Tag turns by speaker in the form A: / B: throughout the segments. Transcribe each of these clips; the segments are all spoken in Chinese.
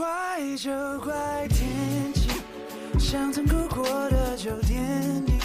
A: 怪就怪天气，像曾哭过的旧电影，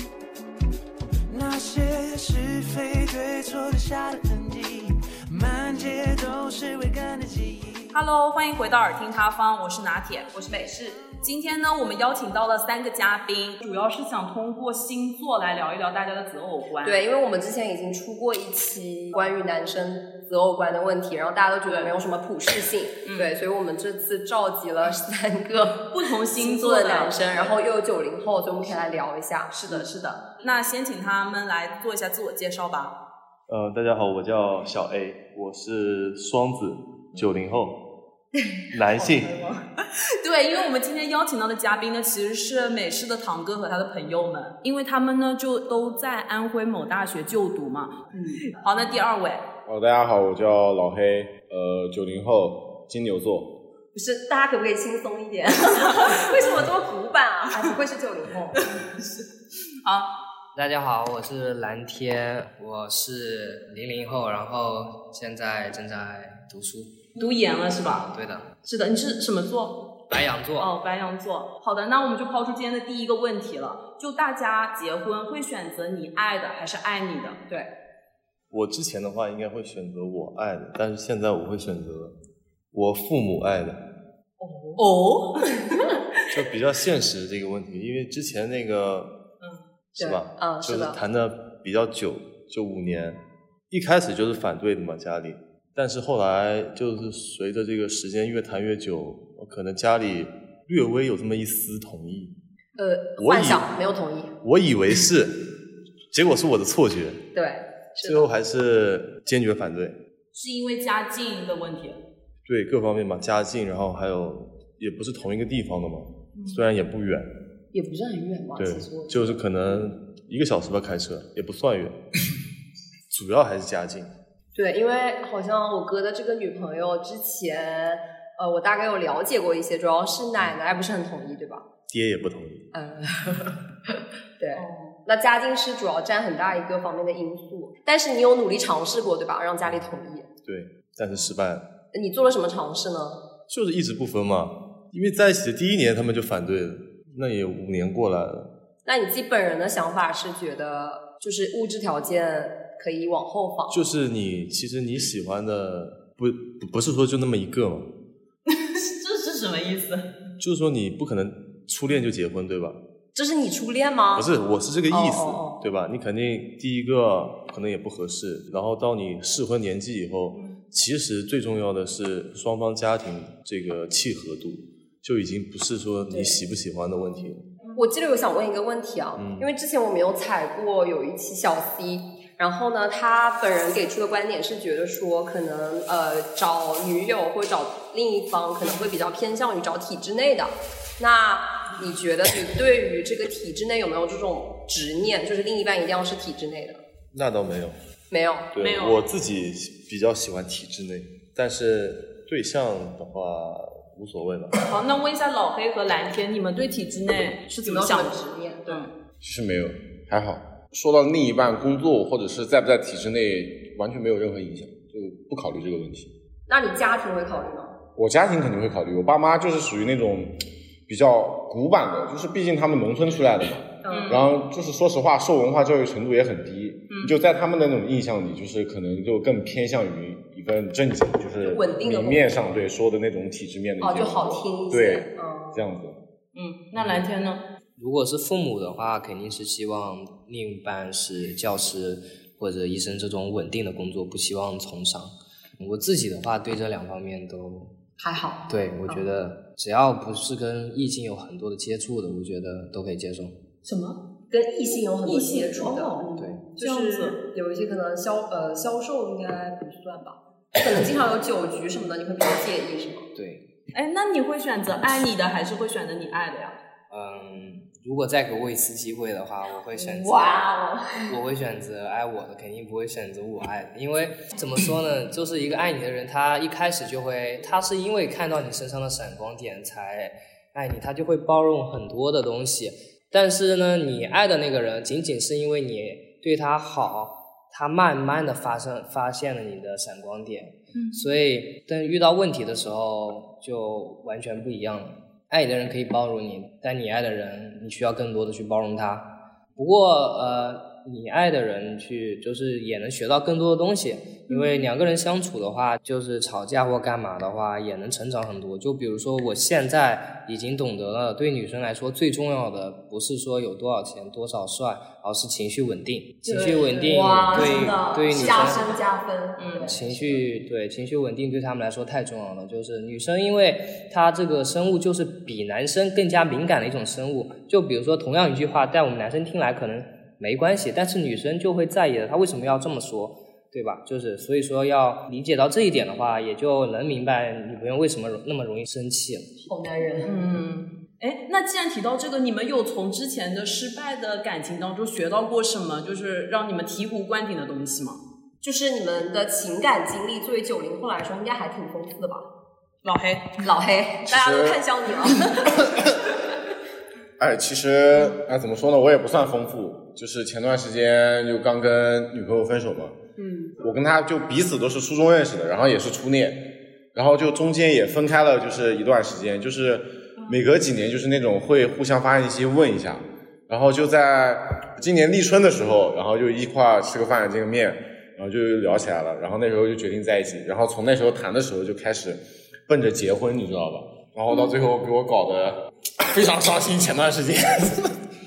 A: 那些是非对错留下的痕迹，满街都是未干的记忆。
B: Hello，欢迎回到耳听他方，我是拿铁，我是北市。今天呢，我们邀请到了三个嘉宾，主要是想通过星座来聊一聊大家的择偶观。
C: 对，因为我们之前已经出过一期关于男生择偶观的问题，然后大家都觉得没有什么普适性，
B: 嗯
C: 对，所以我们这次召集了三个
B: 不同
C: 嗯星
B: 星
C: 座
B: 座
C: 的男生，然
B: 后
C: 后又有九零后，所以我们可以来聊一下。
B: 是的，是的。那先请他们来做一下自我介绍吧。
D: 呃，大家好，我叫小 A，我是双子，九零后，男性。
B: 对，因为我们今天邀请到的嘉宾呢，其实是美式的堂哥和他的朋友们，因为他们呢就都在安徽某大学就读嘛。嗯。好，那第二位，
E: 哦，大家好，我叫老黑，呃，九零后，金牛座。
C: 不是，大家可不可以轻松 一点？为什么这么古板啊？还不愧是九零 后。
F: 大家好，我是蓝天，我是零零后，然后现在正在读书。
B: 读研了是吧？
F: 对的，
B: 是的，你是什么座？
F: 白羊座。
B: 哦，白羊座。好的，那我们就抛出今天的第一个问题了，就大家结婚会选择你爱的还是爱你的？对，
D: 我之前的话应该会选择我爱的，但是现在我会选择我父母爱的，
B: 哦，
D: 就比较现实这个问题，因为之前那个，是吧？
C: 嗯，
D: 就是是
C: 的。
D: 谈的比较久，就五年，一开始就是反对的嘛，家里，但是后来就是随着这个时间越谈越久，可能家里略微有这么一丝同意，
C: 呃，
D: 我以
C: 幻想没有同意。
D: 我以为是，结果是我的错觉，
C: 对，是
D: 最后还是坚决反对。
B: 是因为家境的问题。
D: 对各方面嘛，家境，然后还有也不是同一个地方的嘛，
C: 嗯
D: 虽然也不远，
C: 也不是很远吧？
D: 对
C: 其实我，
D: 就是可能一个小时吧，开车也不 算远，主要还是家境。
C: 对，因为好像我哥的这个女朋友之前，呃，我大概有了解过一些，主要是奶奶不是很同意，对吧？
D: 爹也不同意，
C: 嗯，对。那家境是主要占很大一个方面的因素，但是你有努力尝试过，对吧？让家里同意。
D: 对，但是失败了，
C: 你做了什么尝试呢？
D: 就是一直不分嘛，因为在一起的第一年他们就反对了，那也五年过来了，
C: 那你自己本人的想法是觉得，就是物质条件可以往后放，
D: 就是你其实你喜欢的不不不是说就那么一个嘛，
B: 这是什么意思？
D: 就是说你不可能初恋就结婚对吧？
C: 这是你初恋吗？
D: 不是，我是这个意思，
C: 哦哦哦
D: 对吧？你肯定第一个可能也不合适，然后到你适婚年纪以后，
B: 嗯
D: 其实最重要的是双方家庭这个契合度，就已经不是说你喜不喜欢的问题了。
C: 我记得有想问一个问题啊，
D: 嗯
C: 因为之前我们有采过有一期小 C，然后呢，他本人给出的观点是觉得说，可能呃找女友或者找另一方可能会比较偏向于找体制内的。那你觉得你对于这个体制内有没有这种执念，就是另一半一定要是体制内的？
D: 那倒没有，
C: 没有，
D: 对
B: 没有
D: 我自己比较喜欢体制内，但是对象的话无所谓吧。
B: 好，那问一下老黑和蓝天，你们对体制内是怎
C: 没
B: 么
C: 有什
B: 想
C: 么
B: 的？
C: 执念？
B: 对，
E: 其实没有，还好。说到另一半工作或者是在不在体制内，完全没有任何影响，就不考虑这个问题。
C: 那你家庭会考虑吗？
E: 我家庭肯定会考虑，我爸妈就是属于那种比较古板的，就是毕竟他们农村出来的嘛，
B: 嗯
E: 然后就是说实话，受文化教育程度也很低，
B: 嗯
E: 就在他们的那种印象里，就是可能就更偏向于一份正经，就是
C: 稳定的
E: 明面上对说的那种体制面的一
C: 哦，
E: 些
C: 就好
E: 工作
C: 听一些。
E: 对，
C: 嗯，
E: 这样子。
B: 嗯，那蓝天呢？
F: 如果是父母的话，肯定是希望另一半是教师或者医生这种稳定的工作，不希望从商。我自己的话，对这两方面都
C: 还好。
F: 对，我觉得只要不是跟异性有很多的接触的，我觉得都可以接受。
B: 什么？
C: 跟异性有很多
B: 异性
C: 接触的，
B: 哦
F: 对，
B: 这样
C: 就
B: 子
C: 是有一些可能销呃销售应该不算吧，可能经常有酒局什么的，你会比较介意是吗？
F: 对，
B: 哎，那你会选择爱你的，还是会选择你爱的呀？
F: 嗯，如果再给我一次机会的话，我会选择。
C: 哇哦，
F: 我会选择爱我的，肯定不会选择我爱的，因为怎么说呢，就是一个爱你的人，他一开始就会，他是因为看到你身上的闪光点才爱你，他就会包容很多的东西。但是呢，你爱的那个人，仅仅是因为你对他好，他慢慢的发生发现了你的闪光点，所以但遇到问题的时候就完全不一样了。爱你的人可以包容你，但你爱的人，你需要更多的去包容他。不过呃，你爱的人去就是也能学到更多的东西，因为两个人相处的话，就是吵架或干嘛的话，也能成长很多。就比如说我现在已经懂得了，对女生来说最重要的不是说有多少钱、多少帅，而是情绪稳定。情绪稳定
G: 哇，
F: 对
G: 真的
F: 对于女生
G: 加分加分，
B: 嗯
G: 对
F: 情绪对情绪稳定对他们来说太重要了。就是女生，因为她这个生物就是比男生更加敏感的一种生物。就比如说同样一句话，在我们男生听来可能没关系，但是女生就会在意了，她为什么要这么说，对吧？就是所以说要理解到这一点的话，也就能明白女朋友为什么容那么容易生气了。
G: 好男人，
B: 嗯，哎，那既然提到这个，你们有从之前的失败的感情当中学到过什么，就是让你们醍醐灌顶的东西吗？
C: 就是你们的情感经历，作为九零后来说，应该还挺丰富的吧？
B: 老黑，
C: 老黑，大家都看向你 了。
D: 哎，其实哎，怎么说呢，我也不算丰富，就是前段时间就刚跟女朋友分手嘛。
C: 嗯，
D: 我跟她就彼此都是初中认识的，然后也是初恋，然后就中间也分开了，就是一段时间，就是每隔几年就是那种会互相发信息问一下，然后就在今年立春的时候，然后就一块儿吃个饭见个面，然后就聊起来了，然后那时候就决定在一起，然后从那时候谈的时候就开始奔着结婚，你知道吧？然后到最后给我搞得非常伤心，前段时间。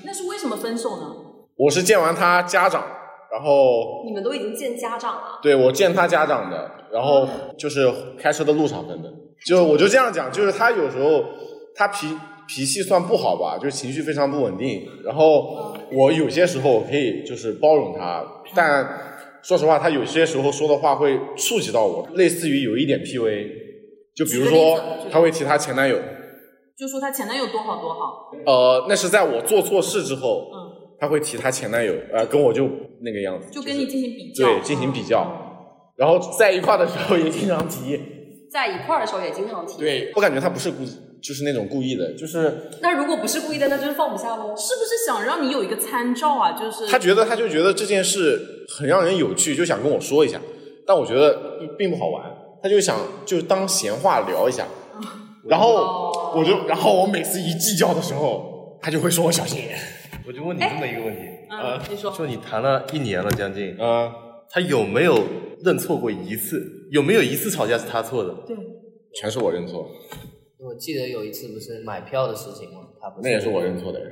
B: 那是为什么分手呢？
D: 我是见完他家长，然后
C: 你们都已经见家长了，
D: 对我见他家长的，然后就是开车的路上分的。就我就这样讲，就是他有时候他脾脾气算不好吧，就是情绪非常不稳定。然后我有些时候我可以就是包容他，但说实话，他有些时候说的话会触及到我，类似于有一点 PUA。就比如说，他会提他前男友，
B: 就说她前男友多好多好，
D: 呃，那是在我做错事之后，
B: 嗯，
D: 他会提他前男友，呃，跟我就那个样子，
B: 就
D: 就
B: 跟
D: 是
B: 你进行比较，嗯
D: 对，进行比较，然后在一块的时候也经常提。
C: 在一块儿的时候也经常提。，
D: 对，我感觉他不是故，就是那种故意的，就是
C: 那如果不是故意的，那就是放不下喽。
B: 是不是想让你有一个参照啊？就是
D: 他觉得他就觉得这件事很让人有趣，就想跟我说一下，但我觉得并不好玩，他就想就当闲话聊一下，
B: 嗯
D: 然
B: 哦
D: 后我就，然后我每次一计较的时候，他就会说我小心眼，
E: 我就问你这么一个问题，
B: 嗯，你
D: 呃
B: 说
E: 就你谈了一年了将近，
D: 嗯，
E: 他有没有认错过一次？有没有一次吵架是他错的？
D: 全是我认错，
F: 我记得有一次不是买票的事情吗？他不
D: 那也是我认错的人。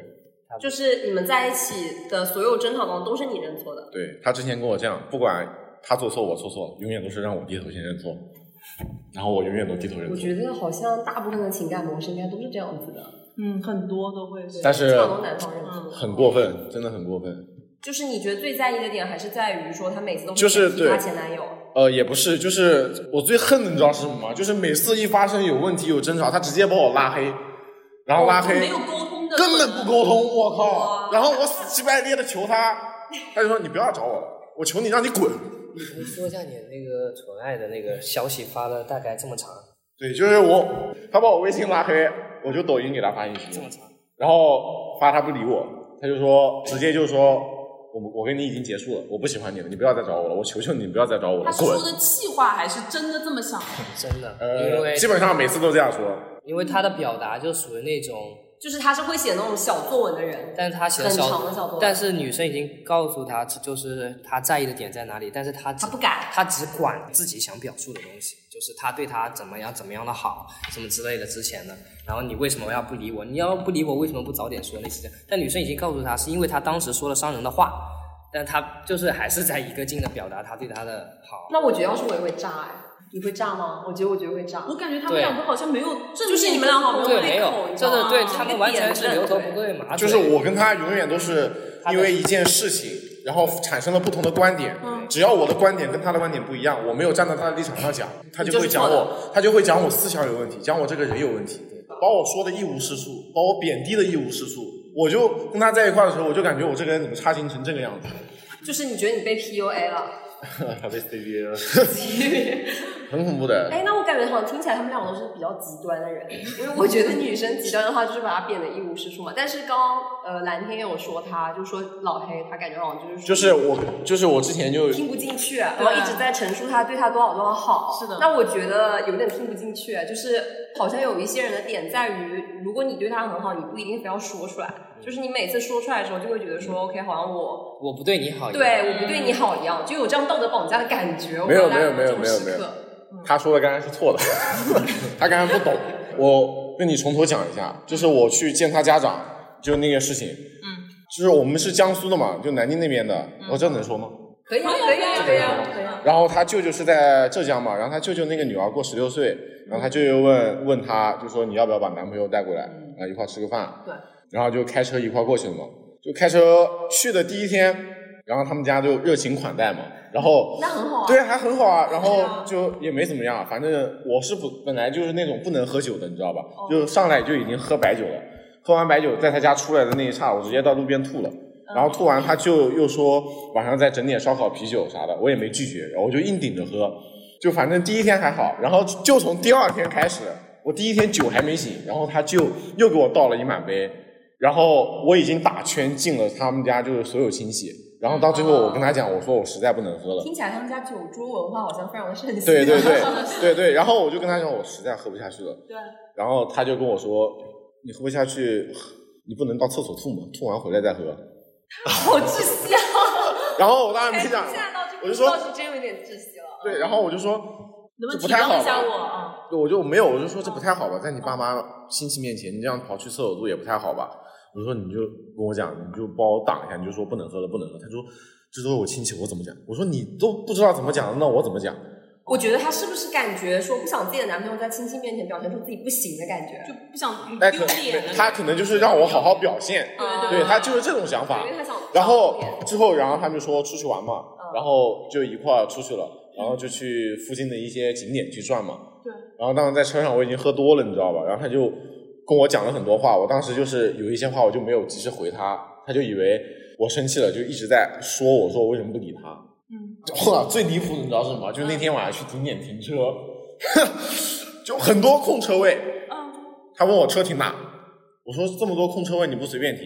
C: 就是你们在一起的所有争吵当中，都是你认错的。
D: 对他之前跟我这样，不管他做错我做错，永远都是让我低头先认错，然后我永远都低头认
C: 我
D: 错。
C: 觉得好像大部分的情感模式应该都是这样子的，
B: 嗯，很多都会是
D: 但是
C: 差不多男方认错。
D: 很过分，真的很过分。
C: 就是你觉得最在意的点还是在于说，她每次都
D: 就是
C: 提她
D: 对
C: 前男友，
D: 呃，也不是，就是我最恨的，你知道是什么吗？就是每次一发生有问题、有争吵，他直接把我拉黑，然后拉黑，
B: 没有沟通的，
D: 根本不沟通，我靠！然后我死乞白赖的求他，他就说你不要找我了，我求你让你滚。
F: 你说一下你那个纯爱的那个消息发了大概这么长，
D: 对，就是我，他把我微信拉黑，我就抖音给他发信息
F: 这么，长，
D: 然后发他不理我，他就说直接就说我们我跟你已经结束了，我不喜欢你了，你不要再找我了，我求求你不要再找我
B: 他
D: 了，
B: 是
D: 滚
B: 说。的气话还是真的这么想？
F: 真的，因
D: 呃，
F: 为
D: 基本上每次都这样说。
F: 因为他的表达就属于那种。
C: 就是她是会写那种小作文的人，
F: 但是他写的
C: 很
F: 小，
C: 长的小作文
F: 但是女生已经告诉他，就是他在意的点在哪里，但是他
C: 她
F: 他
C: 不，敢。
F: 他只管自己想表述的东西，就是他对他怎么样怎么样的好，什么之类的之前的。然后你为什么要不理我？你要不理我，为什么不早点说类似这样？但女生已经告诉他，是因为他当时说了伤人的话，但他就是还是在一个劲的表达他对他的好。
C: 那我觉得要是我也会炸哎，你会炸吗？我觉得我觉得会炸。
B: 我感觉他们
F: 对
B: 两个好像没有正面
C: 就是你们俩好像
F: 对，
C: 胃口
F: 没有，
C: 你知
F: 这
C: 道
F: 个
C: 吗
F: 对
C: 这
F: 他
C: 个
F: 们完全
C: 点
F: 是
C: 正
F: 牛头
C: 对
F: 不对马
D: 就
F: 嘴。
D: 是我跟他永远都是因为一件事情，然后产生了不同的观点。只要我的观点跟他的观点不一样，我没有站在他的立场上讲，他就会讲
C: 你就是
D: 我，他就会讲我思想有问题，讲我这个人有问题，把我说的一无是处，把我贬低的一无是处。我就跟他在一块的时候，我就感觉我这个人怎么差劲成这个样子。
C: 就是你觉得你被 PUA 了，
E: 他被 CBA 了。
D: 很恐怖的。
C: 哎，那我感觉好像听起来他们两个都是比较极端的人，因为我觉得女生极端的话就是把她变得一无是处嘛。但是刚刚呃蓝天有说她，就说老黑，他感觉好像就是说
D: 就是我，就是我之前就
C: 听不进去，然后一直在陈述他对他多少多少好。
B: 是的
C: 那我觉得有点听不进去，就是好像有一些人的点在于，如果你对他很好，你不一定非要说出来，就是你每次说出来的时候，就会觉得说、OK，好像我
F: 我不对你好一样，
C: 对我不对你好一样，就有这样道德绑架的感觉。我
D: 没有
C: 不知道大家
D: 没有
C: 这种
D: 没有
C: 时
D: 没有没有
C: 刻
D: 他说的刚才是错的，他刚才不懂。我跟你从头讲一下，就是我去见他家长，就那个事情。嗯。就是我们是江苏的嘛，就南京那边的，我这能说吗？
C: 可以可以可以啊可以啊。
D: 然后他舅舅是在浙江嘛，然后他舅舅那个女儿过十六岁，然后他舅舅问问他，就说你要不要把男朋友带过来，然后一块吃个饭。
B: 对。
D: 然后就开车一块过去了嘛，就开车去的第一天，然后他们家就热情款待嘛，然后
C: 那很好啊
D: 对啊，还很好啊，然后就也没怎么样，啊反正我是不本来就是那种不能喝酒的，你知道吧？就上来就已经喝白酒了，喝完白酒在他家出来的那一刹，我直接到路边吐了。然后吐完，他就又说晚上再整点烧烤、啤酒啥的，我也没拒绝，然后我就硬顶着喝，就反正第一天还好，然后就从第二天开始，我第一天酒还没醒，然后他就又给我倒了一满杯，然后我已经打圈进了他们家就是所有亲戚，然后到最后我跟他讲，我说我实在不能喝了，
C: 听起来他们家酒桌文化好像非常的盛行。
D: 对对 对对对，然后我就跟他讲，我实在喝不下去了。
B: 对。
D: 然后他就跟我说，你喝不下去，你不能到厕所吐嘛，吐完回来再喝。
C: 好窒息 啊！
D: 然后我当然
C: 哎
D: 没讲
C: 现，在到这个地
D: 我就
C: 步
D: 说
C: 倒是真有点窒息了。
D: 对，然后我就说，
B: 能不能
D: 这不
B: 提
D: 太
B: 高
D: 好
B: 一下
D: 吧？
B: 我
C: 嗯
B: 啊？
D: 对我就没有，我就说这不太好吧，在你爸妈亲戚面前，你这样跑去厕所吐也不太好吧。我说你就跟我讲，你就帮我挡一下，你就说不能喝了，不能喝。他说这都是我亲戚，我怎么讲？我说你都不知道怎么讲，那我怎么讲？
C: 我觉得她是不是感觉说不想自己的男朋友在亲戚面前表现出自己不行的感觉？
B: 就不想
D: 哎，
B: 丢
D: 可
B: 脸了。
D: 他可能就是让我好好表现，
B: 嗯
C: 对
D: 对他就是这种想法
C: 因。为她想找
D: 然后
C: 别人
D: 之后，然后他们就说出去玩嘛，
B: 嗯
D: 然后就一块儿出去了，然后就去附近的一些景点去转嘛。
B: 对。
D: 然后当时在车上我已经喝多了，你知道吧？然后他就跟我讲了很多话，我当时就是有一些话我就没有及时回他，他就以为我生气了，就一直在说我说我为什么不理他。
B: 嗯。
D: 哇，最离谱的你知道是什么？就那天晚上去景点停车， 就很多空车位。
B: 嗯，
D: 他问我车停哪，我说这么多空车位你不随便停，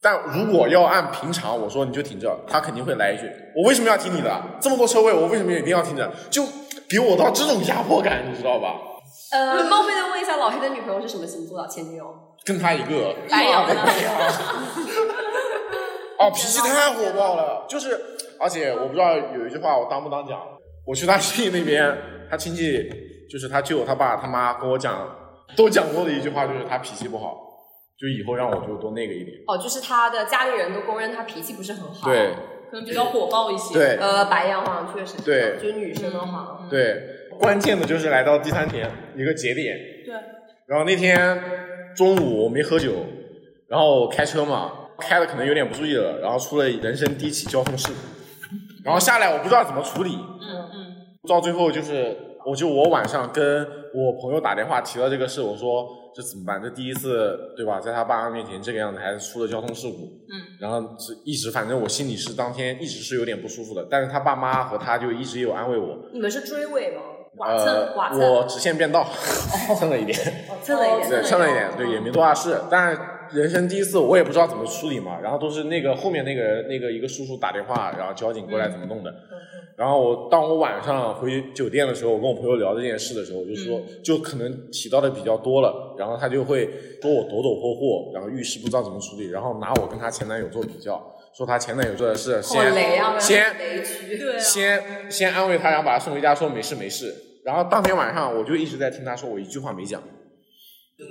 D: 但如果要按平常，我说你就停这儿，他肯定会来一句，我为什么要停你的？这么多车位，我为什么一定要停着？就给我到这种压迫感，你知道吧？
C: 呃，冒昧的问一下，老黑的女朋友是什么星座的？啊前女友？
D: 跟他一个，
B: 白羊呢？
D: 哦，脾气太火爆了，就是，而且我不知道有一句话我当不当讲，我去他亲戚那边，他亲戚就是他舅、他爸、他妈跟我讲，都讲过的一句话就是他脾气不好，就以后让我就多那个一点。
C: 哦，就是她的家里人都公认她脾气不是很好。。
D: 对
B: 可能比较火爆一些。
D: 对
C: 呃，白羊好像确实是这样
D: 对
C: 就是女生的
B: 嗯
C: 话，
D: 对，关键的就是来到第三天一个节点，
B: 对，
D: 然后那天中午我没喝酒，然后开车嘛，开的可能有点不注意了，然后出了人生第一起交通事故，然后下来我不知道怎么处理，
B: 嗯嗯，
D: 到最后就是，我就我晚上跟我朋友打电话提到这个事，我说这怎么办？这第一次对吧，在他爸妈面前这个样子，还出了交通事故。
B: 嗯。
D: 然后是一直，反正我心里是当天一直是有点不舒服的，但是他爸妈和他就一直有安慰我。
C: 你们是追尾吗？
B: 剐蹭
D: 呃
B: 剐，蹭，
D: 我直线变道， 蹭了一点，
C: 哦蹭了一点，
D: 对，蹭了一点，对，也没多大事。但是人生第一次，我也不知道怎么处理嘛。然后都是那个后面那个人，那个一个叔叔打电话，然后交警过来怎么弄的。然后我当我晚上回酒店的时候，我跟我朋友聊这件事的时候，我就说、就可能提到的比较多了，然后他就会说我抖抖霍霍，然后遇事不知道怎么处理，然后拿我跟她前男友做比较，说她前男友做的事
C: 好
D: 先
C: 雷啊！
D: 先
C: 雷区。
B: 对啊，
D: 先先安慰她，然后把她送回家，说没事没事。然后当天晚上我就一直在听她说，我一句话没讲。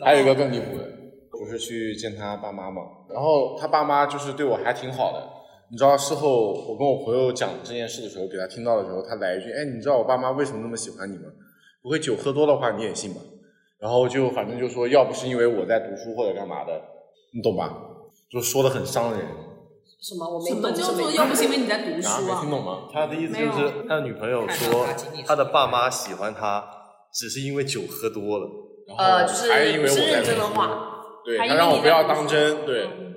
C: 啊
D: 还有一个更离谱的，我是去见她爸妈嘛，然后她爸妈就是对我还挺好的。你知道事后我跟我朋友讲这件事的时候，给他听到的时候，他来一句：“哎，你知道我爸妈为什么那么喜欢你吗？不会酒喝多的话你也信吧？”然后就反正就说，要不是因为我在读书或者干嘛的，你懂吧？就说的很伤人
C: 什么？我没
B: 什么
C: 懂
B: 叫做
C: 没
B: 又不是因为你在读
D: 啊，
B: 书
D: 没
B: 啊？
D: 听懂吗？
E: 他的意思就
B: 没有
E: 是他的女朋友说，他的爸妈喜欢他，只是因为酒喝多了。
C: 呃，就是
D: 还是因为我
C: 是
D: 在
C: 认真的
D: 读书
C: 话，
D: 对
B: 还
D: 他
B: 因
D: 让
B: 为
D: 我
B: 你
D: 不
B: 在
D: 要
B: 读
D: 当
B: 书
D: 真，对
B: 嗯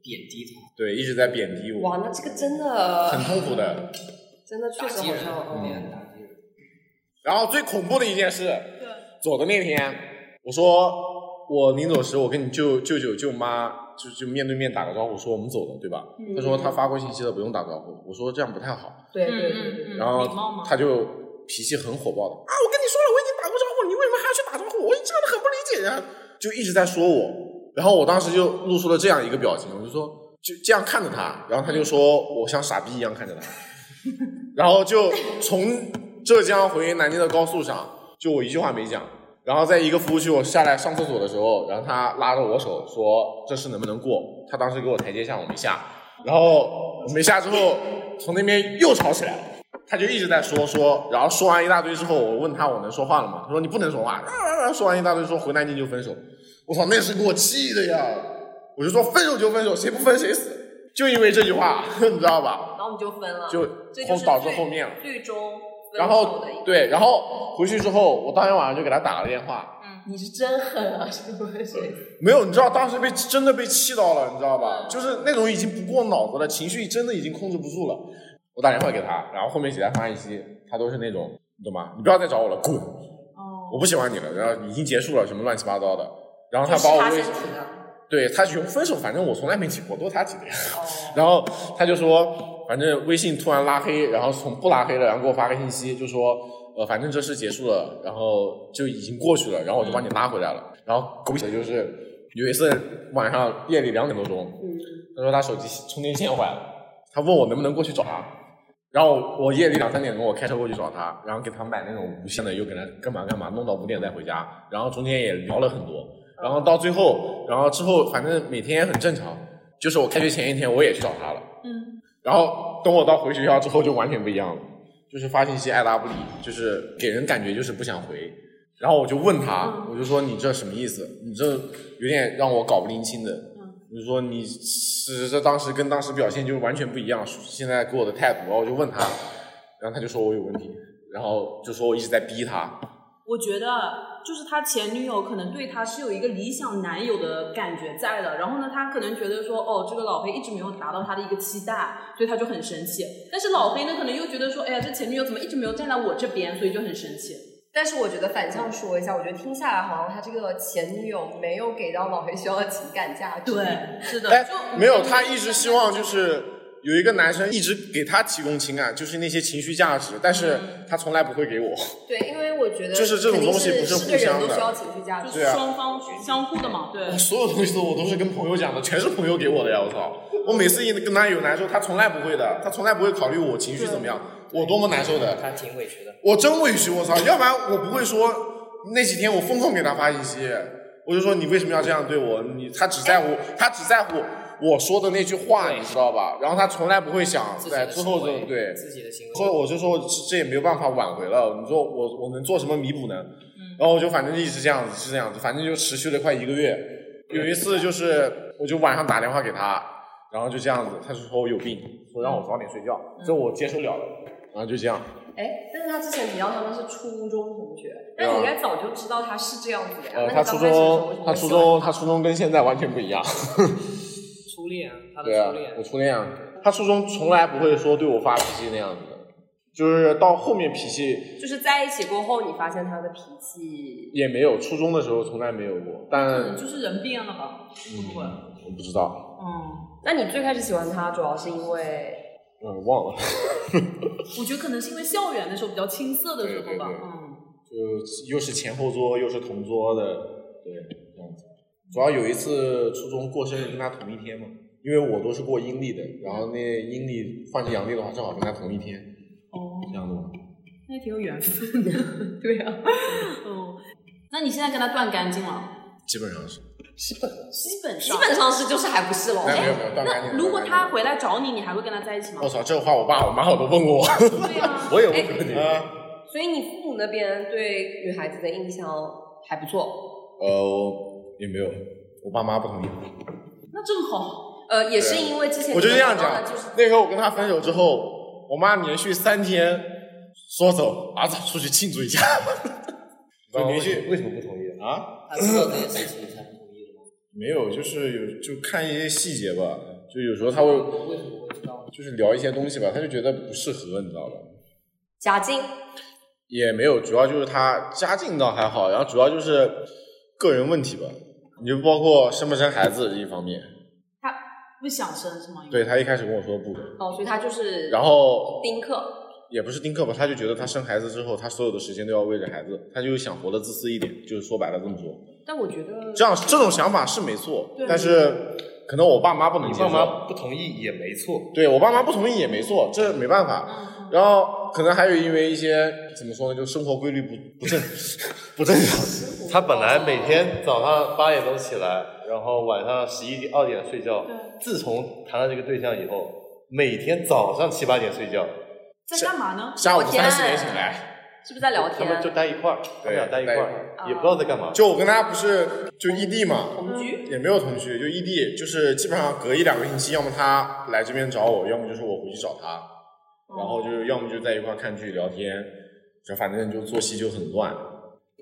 F: 贬低他，
D: 对，一直在贬低
C: 哇，
D: 我，
C: 那这个真
D: 嗯很
C: 的
D: 痛苦的。
C: 真的确
F: 打
C: 实
F: 击
C: 好
F: 人，
C: 像，
F: 有点
C: 嗯，
F: 打击人。
D: 然后最恐怖的一件事，
B: 对，
D: 走的那天，我说我临走时，我跟你舅舅舅舅妈就就面对面打个招呼，说我们走了，对吧？
B: 嗯
D: 他说他发过信息了，不用打招呼。我说这样不太好。
C: 对对对对，
B: 嗯嗯嗯，
D: 然
B: 礼貌
D: 后
B: 嘛，
D: 他就脾气很火爆的啊！我跟你说了，我已经打过招呼，你为什么还要去打招呼？我真的很不理解呀！就一直在说我，然后我当时就露出了这样一个表情，我就说就这样看着他，然后他就说我像傻逼一样看着他， 然后就从浙江回南京的高速上，就我一句话没讲。然后在一个服务区，我下来上厕所的时候，然后他拉着我手说：“这事能不能过？”他当时给我台阶下，我没下。然后我没下之后，从那边又吵起来了。他就一直在说说，然后说完一大堆之后，我问他我能说话了吗？他说你不能说话。啊啊啊！说完一大堆说回南京就分手，我操，那是给我气的呀！我就说分手就分手，谁不分谁死，就因为这句话， 你知道吧？
B: 然后我们就分了，
D: 就
B: 这
D: 后
B: 就是
D: 导致
B: 最
D: 后面了。
B: 最终分
D: 然
B: 手
D: 后
B: 的一个，
D: 对，然后回去之后，我当天晚上就给他打了电话。
B: 嗯
C: 你是真狠啊，是不是？
D: 没有，你知道当时被真的被气到了，你知道吧？就是那种已经不过脑子了，情绪真的已经控制不住了。我打电话给他，然后后面几条发信息，他都是那种，你懂吗？你不要再找我了，滚！
B: 哦，
D: 我不喜欢你了，然后已经结束了，什么乱七八糟的。然后他
C: 他
D: 把我
C: 他
D: 微
C: 先提的，
D: 对他用分手，反正我从来没提过，都是他提的呀。
C: 哦，
D: 然后他就说，反正微信突然拉黑，然后从不拉黑了，然后给我发个信息，就说，呃，反正这事结束了，然后就已经过去了，然后我就把你拉回来了。然后狗血的就是有一次晚上夜里两点多钟，他说他手机充电线坏了，他问我能不能过去找他。然后我我夜里两三点钟，我开车过去找他，然后给他买那种无线的，又给他干嘛干嘛，弄到五点再回家。然后中间也聊了很多，然后到最后，然后之后反正每天也很正常。就是我开学前一天我也去找他了，
B: 嗯，
D: 然后等我到回学校之后就完全不一样了，就是发信息爱答不理，就是给人感觉就是不想回。然后我就问他，我就说你这什么意思？你这有点让我搞不拎清的。我就说你是这当时跟当时表现就完全不一样，现在给我的态度。然后我就问他，然后他就说我有问题，然后就说我一直在逼他。
B: 我觉得就是他前女友可能对他是有一个理想男友的感觉在的，然后呢，他可能觉得说，哦，这个老黑一直没有达到他的一个期待，所以他就很生气。但是老黑呢，可能又觉得说，哎呀，这前女友怎么一直没有站在我这边，所以就很生气。
C: 但是我觉得反向说一下，我觉得听下来好像他这个前女友没有给到老黑需要的情感价值。，
B: 对，啊是的，
D: 哎
B: 就，
D: 没有，他一直希望就是有一个男生一直给他提供情感，就是那些情绪价值，但是他从来不会给我。
C: 对，因为我觉得
D: 就是这种
C: 肯定
D: 东西不
C: 是
D: 是
C: 个人
D: 互
C: 都
D: 相的
C: 需要情绪价值
B: 就
D: 对
B: 是
D: 啊
B: 双方相互的嘛，对，
D: 所有东西都我都是跟朋友讲的，全是朋友给我的呀！我操， 我每次一跟他有难受，他从来不会的，他从来不会考虑我情绪怎么样，我多么难受的，
F: 他挺委屈的。
D: 我真委屈，我操！要不然我不会说那几天我疯狂给他发信息，我就说你为什么要这样对我？你他只在乎
F: 哎
D: 他只在乎我说的那句话，你知道吧？然后他从来不会想
F: 自己
D: 在
F: 的
D: 之后
F: 行为
D: 就对
F: 自己的行为，
D: 所以我就说这这也没有办法挽回了。你说我我能做什么弥补呢？
C: 嗯
D: 然后我就反正一直这样子，是这样子，反正就持续了快一个月。有一次就是我就晚上打电话给他，然后就这样子，他就说我有病，说让我早点睡觉，
C: 嗯
D: 这我接受了的，然后就这样。
C: 哎，但是他之前提到他们是初中同学，
D: 对
C: 那
D: 啊
C: 你应该早就知道他是这样子的呀。那你
D: 呃，他
C: 刚
D: 初
C: 开始的时候为
D: 中
C: 什么
D: 他
C: 会
D: 初
C: 喜欢
D: 中他初中跟现在完全不一样，
F: 初恋啊，他的
D: 对啊
F: 初恋，，
D: 我初恋啊，他初中从来不会说对我发脾气那样子的，就是到后面脾气
C: 就是在一起过后，你发现他的脾气，
D: 也没有，初中的时候从来没有过，
B: 可
D: 但
B: 能嗯就是人变了吧，会不会？
D: 我不知道，
B: 嗯，
C: 那你最开始喜欢他主要是因为
D: 嗯，忘了，
B: 我觉得可能是因为校园的时候比较青涩的时候
D: 对对
B: 吧，
D: 对
B: 嗯，
D: 就又是前后桌又是同桌的，对，这样子。主要有一次初中过生日跟他同一天嘛，因为我都是过阴历的，然后那阴历换成阳历的话，正好跟他同一天，
B: 哦，
D: 这样的嘛。
B: 那也挺有缘分的， 对啊，嗯，那你现在跟他断干净了，
D: 基本上是，
B: 基本
C: 基
B: 上。
C: 本上是就是还不是喽。
D: 没有没有没有断干
B: 那
D: 净了。
B: 哎如果
D: 断干净
B: 他
D: 了，
B: 回来找你，你还会跟他在一起吗
D: 我？操，这话我爸我妈我都问过我，
B: 对啊，
D: 我也问过你。
C: 所以你父母那边对女孩子的印象还不错，
D: 呃，也没有，我爸妈不同意。
B: 那正好，
C: 呃，也是因为之前
D: 我就这样
C: 你们
D: 讲
C: 聊到的就是，
D: 那时候我跟他分手之后，我妈连续三天说走，儿子出去庆祝一下。 就连续为什么不同意啊？
F: 他知道这件事情才不同意的吗？
D: 没有，就是有就看一些细节吧，就有时候他会
F: 我为什么会知道呢？
D: 就是聊一些东西吧，他就觉得不适合，你知道吧？
C: 贾静，
D: 也没有，主要就是他家境倒还好，然后主要就是个人问题吧。你就包括生不生孩子这一方面，
B: 不想生是吗？
D: 对他一开始跟我说不，
C: 哦，所以他就是
D: 然后
C: 丁克，
D: 也不是丁克吧，他就觉得他生孩子之后，他所有的时间都要为了孩子，他就想活得自私一点，就是说白了这么说。
C: 但我觉得
D: 这样这种想法是没错
B: 对，
D: 但是可能我爸妈不能
E: 你
D: 接
E: 爸
D: 受。
E: 妈不同意也没错，
D: 对我爸妈不同意也没错，这没
C: 嗯
D: 办法。然后可能还有因为一些怎么说呢，就生活规律不不正 不正常。
E: 他本来每天早上八点钟起来，然后晚上十一点二点睡觉。自从谈了这个对象以后，每天早上七八点睡觉，
B: 在干嘛呢？
D: 下午
C: 天啊
D: 三四点醒来，
C: 是不是在聊
E: 他们就
C: 天？
E: 待一块儿，他们俩待一块
D: 待一块哦
E: 儿，也不知道在干嘛。
D: 就我跟他不是就异地嘛，
C: 同居？
D: 也没有同居，就异地，就是基本上隔一两个星期，要么他来这边找我，要么就是我回去找他，
C: 哦
D: 然后就是要么就在一块儿看剧聊天，就反正就作息就很乱。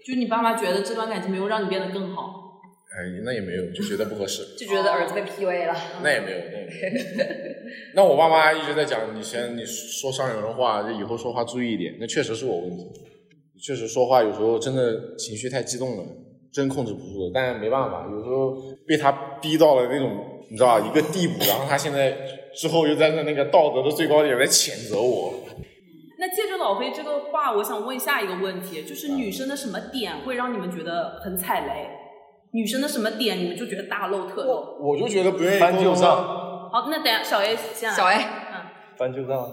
B: 就你爸妈觉得这段感情没有让你变得更好，
D: 哎，那也没有，就觉得不合适。
C: 就觉得儿子被 PUA 了，
D: 那也没有，那也没有。 那我爸妈一直在讲，你先你说上人话，就以后说话注意一点。那确实是我问题，确实说话有时候真的情绪太激动了，真控制不住的。但没办法，有时候被他逼到了那种你知道吧一个地步，然后他现在之后又在那那个道德的最高点在谴责我。
B: 那借着老黑这个话，我想问下一个问题，就是女生的什么点会让你们觉得很踩雷？女生的什么点你们就觉得大漏特漏？
D: 我就觉得不愿意
E: 翻旧
D: 沟通啊
E: 账，
B: 好，那等下小 A 先来。嗯
C: 小
D: 哦
C: A
E: 翻旧账，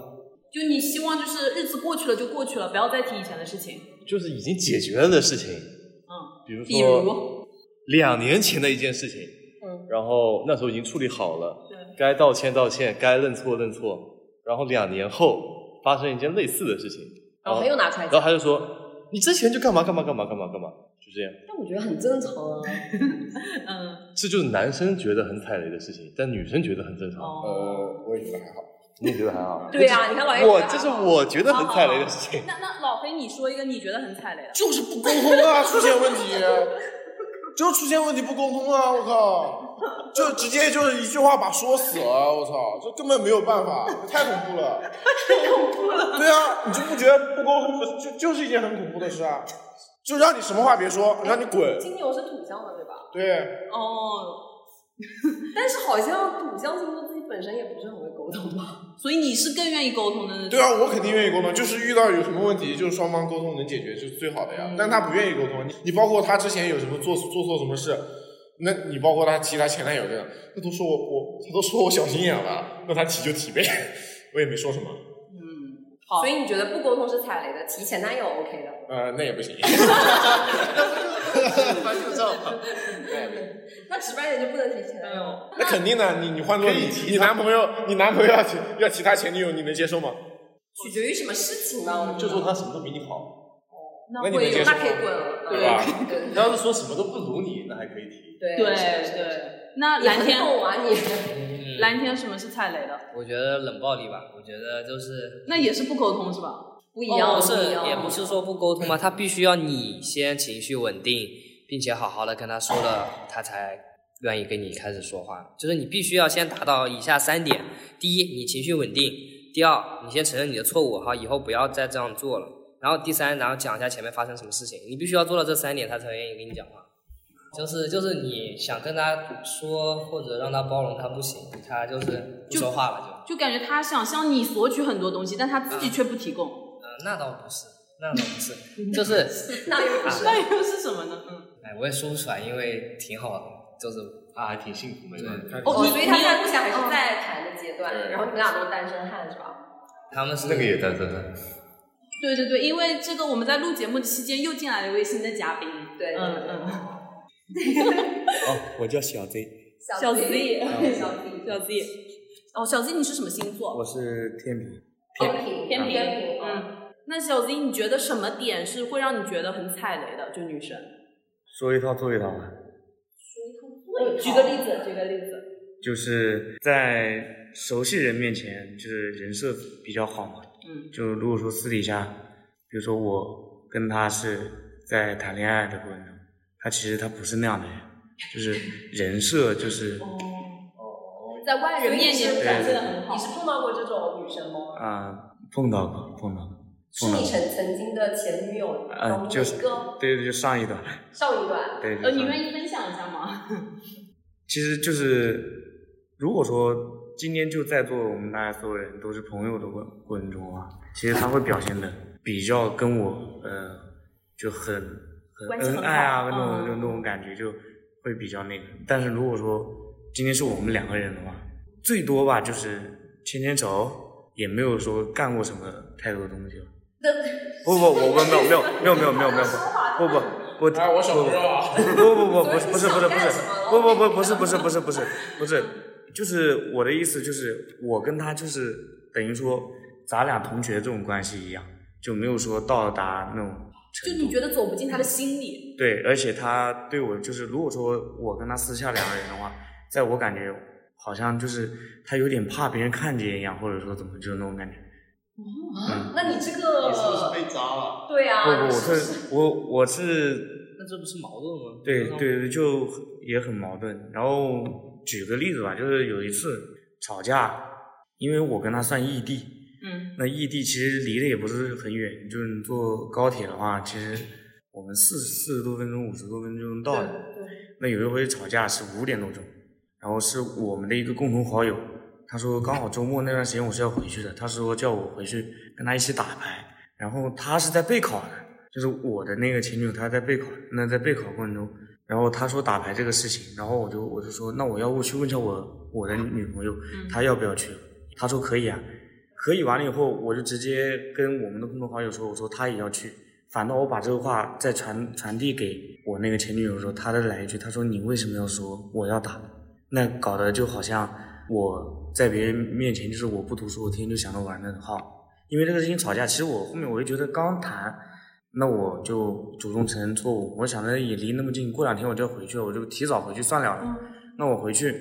B: 就你希望就是日子过去了就过去了，不要再提以前的事情。
E: 就是已经解决了的事情，
B: 嗯，
E: 比如
B: 比
E: 说
B: 如，
E: 两年前的一件事情，
C: 嗯，
E: 然后那时候已经处理好了，
B: 对，
E: 该道歉道歉，该认错认错，然后两年后发生一件类似的事情，
C: 然后他又拿出来
E: 然后
D: 哦
C: 讲，
E: 他就说你之前就干嘛干嘛干嘛干嘛干嘛，就这样。
C: 但我觉得很正常啊。
B: 嗯，
E: 这就是男生觉得很踩雷的事情，但女生觉得很正常。
B: 哦，
D: 呃，我也觉得还好。
E: 你也觉得还好？
C: 对啊，你看
B: 哎
C: 老爷，
E: 我这是我觉得很踩雷的事情。
B: 那那老黑，你说一个你觉得很踩雷的，
D: 就是不沟通啊，出现问题，就出现问题不沟通啊！我靠，就直接就是一句话把说死了，我操，这根本没有办法，太恐怖了， 太恐怖了。对啊，你就不觉得不沟通就就是一件很恐怖的事啊？就让你什么话别说，让你滚。
C: 金牛是土象的对吧？
D: 对，
B: 哦，
C: 但是好像土象星座自己本身也不是很会沟通吧？
B: 所以你是更愿意沟通的那种。
D: 对啊，我肯定愿意沟通，就是遇到有什么问题，就是双方沟通能解决就是最好的呀。
E: 嗯
D: 但他不愿意沟通，你你包括他之前有什么做做错什么事，那你包括他提他前男友这样，那都说我我他都说我小心眼了，那他提就提呗，我也没说什么，
B: 嗯，好。
C: 所以你觉得不沟通是踩雷的，提前男友 OK 的？
D: 呃，那也不行。
C: 那直白点就不能提前
B: 哎
C: 男友？
D: 那肯定的，你你换做你你男朋友，你男朋友要提要提他前女友，你能接受吗？
C: 取决于什么事情呢？
E: 就说他什么都比你好，
B: 那
D: 那你
B: 会
D: 们
B: 有
D: 接受
C: 那可以滚了，
D: 对吧
C: 嗯对
E: 他要是说什么都不如你，那还可以提。
C: 对
B: 对
C: 是是是
B: 对。那
C: 你
B: 蓝
C: 很
B: 天，
C: 懂啊你，
F: 嗯
B: 蓝天什么是踩雷的？
F: 我觉得冷暴力吧，我觉得就是
B: 那也是不沟通是吧？
C: 不一
F: 哦
C: 样，
F: 不是
C: 一样
F: 也不是说不沟通嘛，他必须要你先情绪稳定，并且好好的跟他说了，他才愿意跟你开始说话。就是你必须要先达到以下三点：第一，你情绪稳定；第二，你先承认你的错误，好，以后不要再这样做了。然后第三，然后讲一下前面发生什么事情，你必须要做到这三点，他才愿意跟你讲话。就是就是你想跟他说或者让他包容他不行，他就是不说话了就。
B: 就感觉他想向你索取很多东西，但他自己却不提供，
F: 呃，那倒不是，那倒不是，就 是
C: 那又不是
B: 那又是什么呢？嗯，
F: 哎，我也说不出来，因为挺好的，就是
E: 他啊还挺幸福，没问题。
B: 哦
C: 哦，
B: 你
C: 所以他
B: 你
C: 现在目前还是在谈的阶段，然后你们俩都是单身汉是吧？
F: 他们是
E: 那个也单身汉，
B: 对对对，因为这个我们在录节目期间又进来了一位新的嘉宾，
C: 对
B: 嗯嗯，
H: 哦，我叫小 Z，
B: 小 Z
C: Z，小哦 Z，
B: 小 Z，哦，小 Z 你是什么星座？
H: 我是天平，
C: 天平，
B: 天平
C: 平，嗯，
B: 嗯，那小 Z 你觉得什么点是会让你觉得很踩雷的？就女生，
H: 说一套做一套吧。
B: 嗯
C: 我举哦个例子，举个例子，
H: 就是在熟悉人面前，就是人设比较好嘛。
B: 嗯。
H: 就如果说私底下，比如说我跟他是在谈恋爱的过程中，他其实他不是那样的人，就是人设就是
C: 哦在外人面前
H: 对
C: 展
H: 展
C: 现
H: 现
C: 的
H: 得
C: 很好。你是碰到过这种女生吗？
H: 啊、碰到过碰到过，
C: 是你曾曾经的前女友当中的
H: 嗯，就
C: 一
H: 是
C: 个
H: 对对，就上一段，
C: 上一段，
H: 对，就
B: 呃，
H: 上
B: 你
H: 一段
B: 愿意分享一下吗？
H: 其实就是，如果说今天就在座我们大家所有人都是朋友的过过程中啊，其实他会表现的比较跟我呃就很很
B: 关系
H: 恩
B: 很
H: 爱啊，
B: 好
H: 那种就
B: 嗯
H: 那种感觉就会比较那个。但是如果说今天是我们两个人的话，最多吧就是牵牵手，也没有说干过什么太多东西吧。不不，我我没有没有没有没有没有没有，不不不不，哎我手不不不不不是不是不是不是，不不不不是不是不是不是不是，就是我的意思就是我跟他就是等于说咱俩同学这种关系一样，就没有说到达那种
B: 就你觉得走不进他的心里，
H: 对，而且他对我就是，如果说我跟他私下两个人的话，在我感觉好像就是他有点怕别人看见一样，或者说怎么就是那种感觉。嗯
C: 啊，那你这
D: 你是不是
C: 个
D: 被扎了？
C: 对啊，
H: 不不，我
C: 你是不是
H: 是我我是
F: 那这不是矛盾吗？
H: 对
F: 那
H: 对对，就也很矛盾。然后举个例子吧，就是有一次吵架，因为我跟他算异地，
B: 嗯，
H: 那异地其实离得也不是很远，就是你坐高铁的话，其实我们四四十多分钟、五十多分钟到的。那有一回吵架是五点多钟，然后是我们的一个共同好友，他说刚好周末那段时间我是要回去的，他说叫我回去跟他一起打牌，然后他是在备考的，就是我的那个前女友她在备考，那在备考过程中，然后他说打牌这个事情，然后我就我就说那我要不去问一下我我的女朋友，她要不要去？他说可以啊，可以完了以后，我就直接跟我们的共同好友说，我说他也要去。反倒我把这个话再传传递给我那个前女友的时候，她再来一句，她说你为什么要说我要打？那搞得就好像我在别人面前就是我不读书，我天天就想着玩那种号。因为这个事情吵架，其实我后面我就觉得刚谈，那我就主动承认错误。我想着也离那么近，过两天我就要回去了，我就提早回去算了
C: 嗯
H: 了。那我回去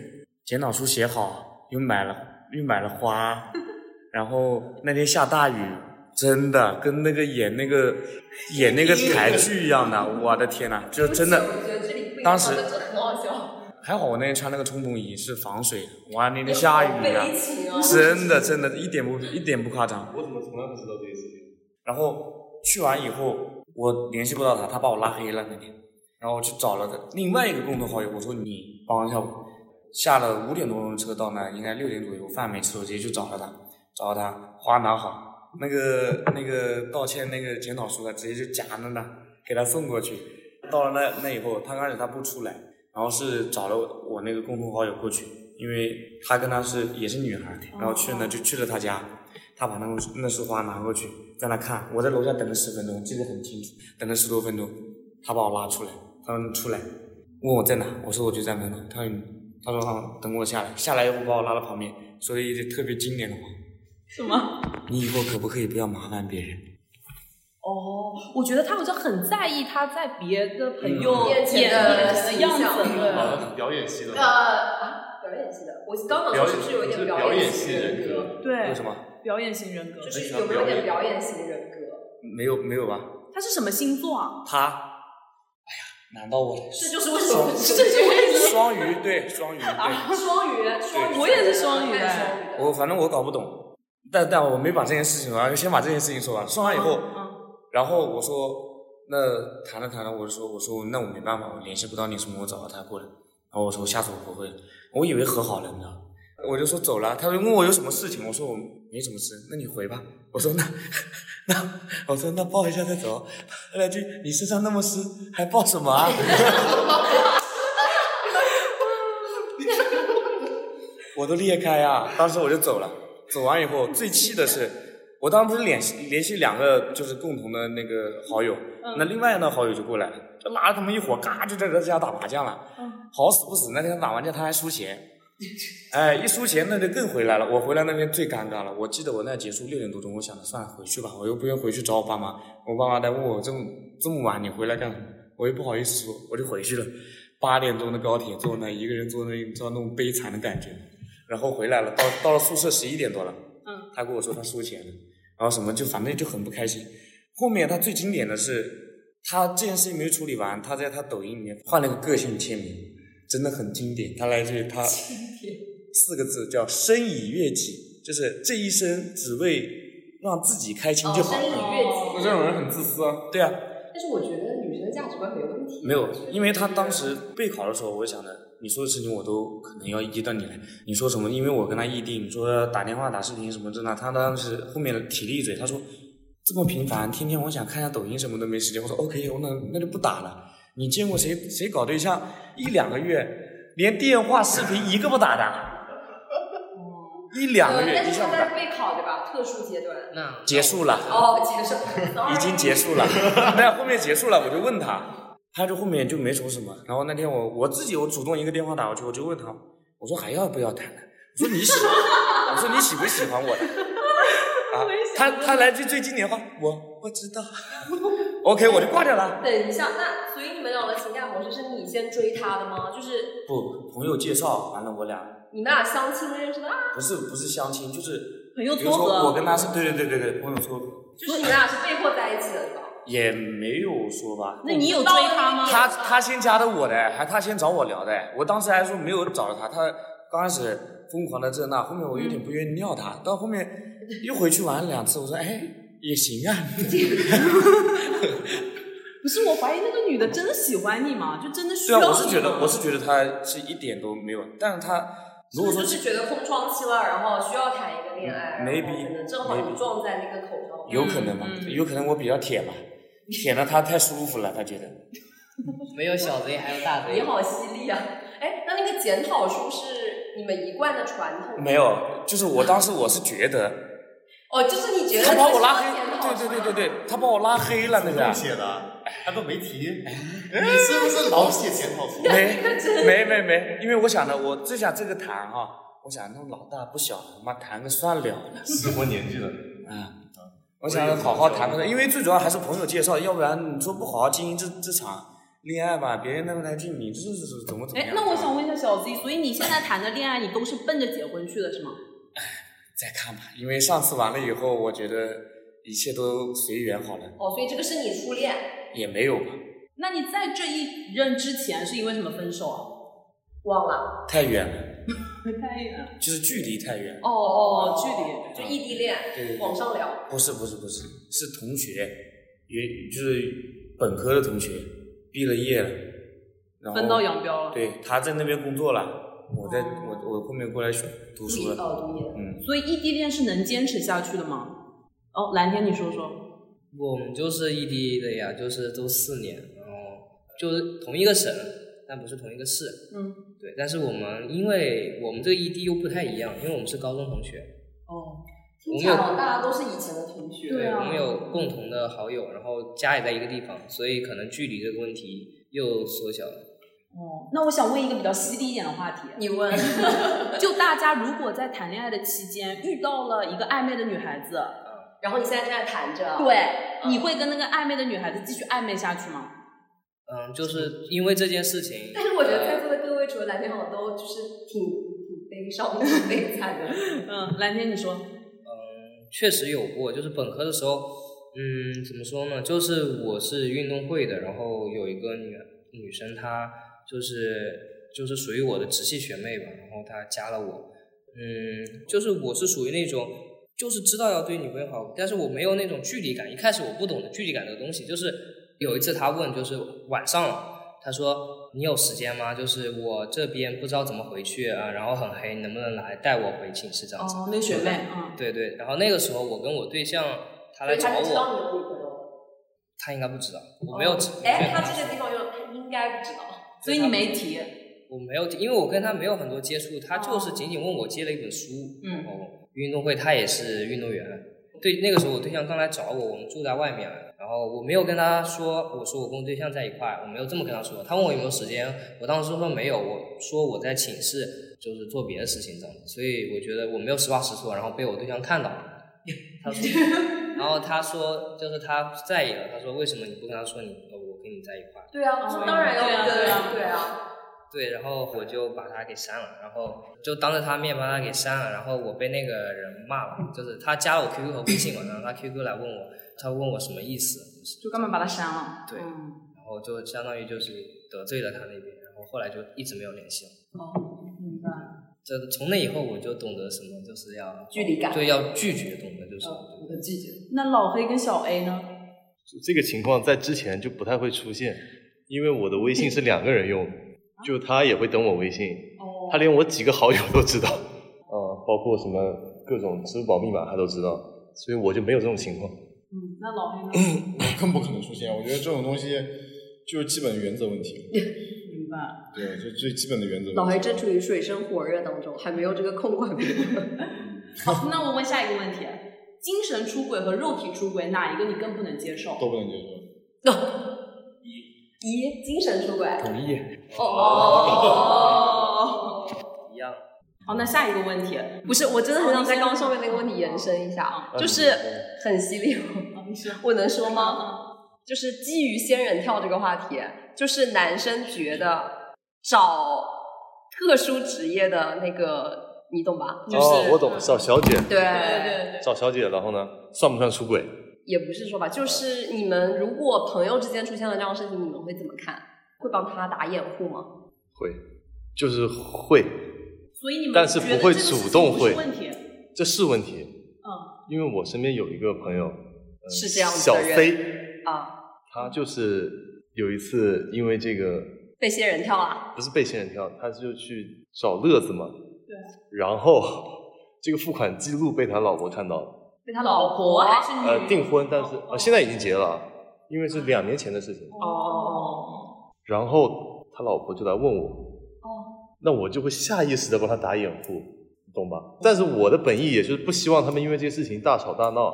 H: 检讨书写好，又买了又买了花， 然后那天下大雨，真的跟那个演那 个演那个台剧一样的，我的天呐，就真的
C: 对不起我觉得这里不应该
H: 当时
C: 放在这很好笑，
H: 还好我那天穿那个冲锋衣是防水的，哇，那天下雨呀、
C: 悲情啊，
H: 真的真的一点不一点不夸张。
D: 我怎么从来不知道这些事情？
H: 然后去完以后，我联系不到他，他把我拉黑了那天。然后我去找了他另外一个共同好友，我说你帮一下我。下了五点多钟的车到那，应该六点左右，饭没吃，我直接去找了他，找了他，花拿好，那个那个道歉那个检讨书啊，直接就夹着呢，给他送过去。到了那那以后，他开始他不出来，然后是找了我我那个共同好友过去，因为他跟他是也是女孩，然后去呢就去了他家，他把那个那束花拿过去，在那看，我在楼下等了十分钟，记得很清楚，等了十多分钟，他把我拉出来，他说你出来，问我在哪，我说我就在门口，他说你，他说啊等我下来，下来以后把我拉到旁边，说了一句特别经典的话，
B: 什么？
H: 你以后可不可以不要麻烦别人？
B: 哦，我觉得他好像很在意他在别的朋友
C: 嗯
B: 眼
C: 面前的
B: 眼前的样
C: 形象
B: 子，
C: 对
B: 对
D: 好像是表演系的
C: 呃，啊，表演系的，我刚刚
D: 表
C: 说是
D: 演
C: 不是有一点
D: 是
C: 表
D: 表
C: 演
D: 演
C: 型
D: 系人
C: 格？
D: 格。
B: 对，
H: 为什么？
B: 表演型人格？
C: 就是有没有点表演型人格？
H: 没有没有吧？
B: 他是什么星座啊？
H: 他，哎呀，难道我来
C: 这就是为什么
H: 双
C: 这就是为什么
H: 双鱼对双鱼对，
C: 啊双鱼，双鱼，
B: 我也是双鱼
C: 我也是双
D: 哎
C: 鱼的
H: 我反正我搞不懂，但但我没把这件事情说完，先把这件事情说完，说完以后，
B: 嗯
H: 然后我说那谈了谈了，我就说我说那我没办法，我联系不到你什么，我找到他过来，然后我说下次我不会了，我以为和好了，你知道。我就说走了，他就问我有什么事情，我说我没什么事，那你回吧。我说那 那我说那抱一下再走， 后来就你身上那么湿，还抱什么啊？ 我都裂开啊！当时我就走了，走完以后最气的是，我当时不是联系联系两个就是共同的那个好友，那另外那好友就过来了，就拉着他们一伙，嘎就在这家打麻将了。好死不死那天打完架他还输钱，哎，一输钱那就更回来了。我回来那边最尴尬了，我记得我那结束六点多钟，我想着算了回去吧，我又不愿回去找我爸妈，我爸妈在问我这么这么晚你回来干什么，我又不好意思说，我就回去了。八点钟的高铁坐那一个人坐那，你知道那种悲惨的感觉。然后回来了，到到了宿舍十一点多了，
B: 嗯，
H: 他跟我说他输钱了，然后什么就反正就很不开心。后面他最经典的是，他这件事情没有处理完，他在他抖音里面换了个个性签名，真的很经典。他来自于他四个字叫“生以悦己”，就是这一生只为
D: 让自己开心就好
C: 哦身
D: 了。
C: 体越己。
I: 这种人很自私啊。
D: 对啊，
C: 但是我觉得女生的价值观没问题。
D: 没有，因为他当时备考的时候，我想的，你说的事情我都可能要议到你来。你说什么？因为我跟他议定，你说打电话、打视频什么这那，他当时后面提了一嘴，他说这么频繁，天天我想看一下抖音什么的，没时间。我说 OK，我那那就不打了。你见过谁谁搞对象一两个月，连电话、视频一个不打的？一两个
C: 呃
D: 月
C: 但
D: 一
C: 是
D: 下
C: 他
D: 不打
C: 在，备考对吧？特殊阶段。
F: 那
D: 结束了。
C: 哦，结束。
D: 已经结束了， 但后面结束了，我就问他，他就后面就没说什么。然后那天我我自己我主动一个电话打过去，我就问他，我说还要不要谈了？我说你喜，我说你喜不喜欢我的？啊，他他来句最经典话，我不知道。OK，我就挂掉了。
C: 等一下，那所以你们俩的情感模式是你先追他的吗？就是
D: 不，朋友介绍完了，我俩
C: 你们俩相亲认识的啊？
D: 不是不是相亲，就是
B: 朋友
D: 比如
B: 撮
D: 说我
B: 合，
D: 跟他是对对对对对，朋友撮合
C: 就是你们俩是被迫在一起的，对吧？
D: 也没有说吧，
B: 那你有追
C: 啊
B: 他吗？
D: 他他先加的我的，还他先找我聊的，我当时还说没有找到他，他刚开始疯狂的这那，后面我有点不愿意尿 他，到后面又回去玩了两次，我说哎也 行啊，
B: 不是，我怀疑那个女的真的喜欢你吗？就真的需
D: 对啊，
B: 要
D: 我是觉
B: 你吗
D: 得我是觉得他是一点都没有，但是他如果说
C: 就是觉得空窗期了，然后需要谈一个恋爱，然后
D: Maybe，
C: 可能正好你
D: maybe
C: 撞在那个口上。
D: 有可能嘛，
B: 嗯
D: 有可能我比较铁 嘛，舔了他太舒服了，他觉得
F: 没有小贼还有大贼。
C: 你好犀利啊！哎，那那个检讨书是你们一贯的传统吗？
D: 没有，就是我当时我是觉得
C: 哦，就是你觉得
D: 他把我拉
C: 这
D: 黑
C: 是要检，讨
D: 对对对
C: 是
D: 对
C: 吗
D: 对，他把我拉黑了
H: 啊
D: 那个。
E: 写的，他都没提，
D: 哎
E: 你是不是老写检讨书？
D: 没没没没，因为我想的，我只想这个谈哈、我想那老大不小了，妈谈个算了了
E: 适婚年纪了，
D: 啊。我想着好好谈个，因为最主要还是朋友介绍，要不然你说不好好经营这这场恋爱吧，别人那么来劲，你这这这怎么怎么
B: 哎
D: 样？，
B: 那我想问一下小 Z，所以你现在谈的恋爱，你都是奔着结婚去的是吗？
D: 再看吧，因为上次完了以后，我觉得一切都随缘好了，
C: 哦，所以这个是你初恋。
D: 也没有吧，
B: 那你在这一任之前是因为什么分手啊？
C: 忘了
D: 太远了，
B: 太远了。
D: 就是距离太远。
B: 哦哦，距离。
C: 就异地恋，
D: 对对对
C: 网上聊，
D: 不是不是不是，是同学，也就是本科的同学，毕了业了，然后
B: 分道扬镳了。。
D: 对，他在那边工作了，我在我我后面过来学读
C: 读
D: 书了，
C: 哦读研，
D: 嗯，
B: 所以异地恋是能坚持下去的吗？哦，蓝天，你说说。
F: 我们就是异地的呀，就是都四年，然后就是同一个省，但不是同一个市。
B: 嗯。
F: 对，但是我们因为我们这个异地又不太一样，因为我们是高中同学，
B: 哦。
C: 听起来好像大家都是以前的同学。
B: 对啊
F: 我们有共同的好友，然后家也在一个地方，所以可能距离这个问题又缩小了。
B: 哦。那我想问一个比较犀利一点的话题，
C: 你问，
B: 就大家如果在谈恋爱的期间遇到了一个暧昧的女孩子，
C: 然后你现在正在谈着，，啊
B: 对，
C: 嗯
B: 你会跟那个暧昧的女孩子继续暧昧下去吗？
F: 嗯，就是因为这件事情，
C: 但是我觉得
F: 呃
C: 在座的各位除了蓝天好都就是挺挺悲伤、挺悲惨 的。
B: 嗯，蓝天，你说。
F: 嗯，确实有过，就是本科的时候，嗯，怎么说呢？就是我是运动会的，然后有一个女女生，她就是就是属于我的直系学妹吧，然后她加了我，嗯，就是我是属于那种。就是知道要对女朋友好，但是我没有那种距离感。一开始我不懂得距离感这个东西，就是有一次她问，就是晚上了，她说你有时间吗？就是我这边不知道怎么回去啊，然后很黑，你能不能来带我回寝室这样子？
B: 哦，那个学妹，嗯。
F: 对对，然后那个时候我跟我对象他
C: 所
F: 来
C: 以
F: 找
C: 他是知道
F: 我，
C: 你有女朋友，
F: 他应该不知道，我没有指。
C: 哎，他这个地方用他应该不知道。
B: 所以你没提。
F: 我没有，因为我跟他没有很多接触，他就是仅仅问我借了一本书，
B: 嗯
F: 然后哦运动会他也是运动员，对，那个时候我对象刚来找我，我们住在外面，然后我没有跟他说，我说我跟我对象在一块，我没有这么跟他说，他问我有没有时间，我当时说没有，我说我在寝室就是做别的事情这样子，所以我觉得我没有实话实说，然后被我对象看到了。他说，然后他说，就是他在意了。他说，为什么你不跟他说你呃我跟你在一块？
C: 对啊，这当然要跟，
B: 对啊
C: 对啊。
F: 对，然后我就把他给删了，然后就当着他面把他给删了，然后我被那个人骂了，就是他加了我 QQ 和微信嘛，然后他 QQ 来问我，他问我什么意思，就是
B: 就干嘛把他删了？
F: 对
B: 嗯
F: 然后就相当于就是得罪了他那边，然后后来就一直没有联系了。
B: 哦，明白。
F: 这从那以后我就懂得什么就是要
C: 距离感嗯
F: 对，要拒绝，懂得就是。
C: 我拒绝。
B: 那老黑跟小 A 呢？
E: 这个情况在之前就不太会出现，因为我的微信是两个人用，就他也会登我微信，
B: 哦
E: 他连我几个好友都知道，啊、包括什么各种支付宝密码他都知道，所以我就没有这种情况。
B: 嗯，那老黑 呢？
D: 更不可能出现。我觉得这种东西就是基本原则问题，
B: 明白。
D: 对，就最基本的原则问题。
C: 脑海正处于水深火热当中，还没有这个空管别人。
B: 好，那我问下一个问题：精神出轨和肉体出轨哪一个你更不能接 受？
D: 都不能接受。
C: 咦，精神出轨？
F: 同意。
B: 哦。
F: 一样。
B: 好，那下一个问题不是，我真的
C: 真的
B: 很想
C: 很想
B: 在
C: 在
B: 刚刚
C: 刚刚
B: 上
C: 上
B: 面
C: 面
B: 那
C: 那
B: 个
C: 个
B: 问
C: 问
B: 题
C: 题
B: 延
C: 延
B: 伸
C: 伸
B: 一
C: 一
B: 下
C: 下
B: 啊
C: 啊，
J: 就
C: 就是是很犀利。
B: 啊，你说
C: 我能说吗？
B: 吗？
C: 就是基于仙人跳这个话题，就是男生觉得找特殊职业的那个，你懂吧？就是、
E: 哦，我懂，找小姐，
C: 对
B: 对对对，
E: 找小姐，然后呢，算不算出轨？
C: 也不是说吧，就是你们如果朋友之间出现了这样的事情，你们会怎么看？会帮他打掩护吗？
E: 会，就是会，
B: 所以你们
E: 但是不会主动
B: 觉得这个事情不是
E: 会
B: 问题。
E: 这是问题，
B: 嗯，
E: 因为我身边有一个朋友，呃
C: 是这样子的
E: 小
C: 人
E: 飞，
C: 啊，
E: 他就是有一次因为这个
C: 被仙人跳啊？
E: 不是被仙人跳，他就去找乐子嘛。
B: 对。
E: 然后这个付款记录被他老婆看到了，
C: 被他
B: 老婆
C: 婆
B: 还是女？
E: 呃，订婚，但是
B: 哦
E: 呃现在已经结了啊，因为是两年前的事情。
C: 哦
B: 哦，
E: 然后他老婆就来问我，
C: 哦，
E: 那我就会下意识的帮他打掩护，你懂吧？但是我的本意也就是不希望他们因为这个事情大吵大闹，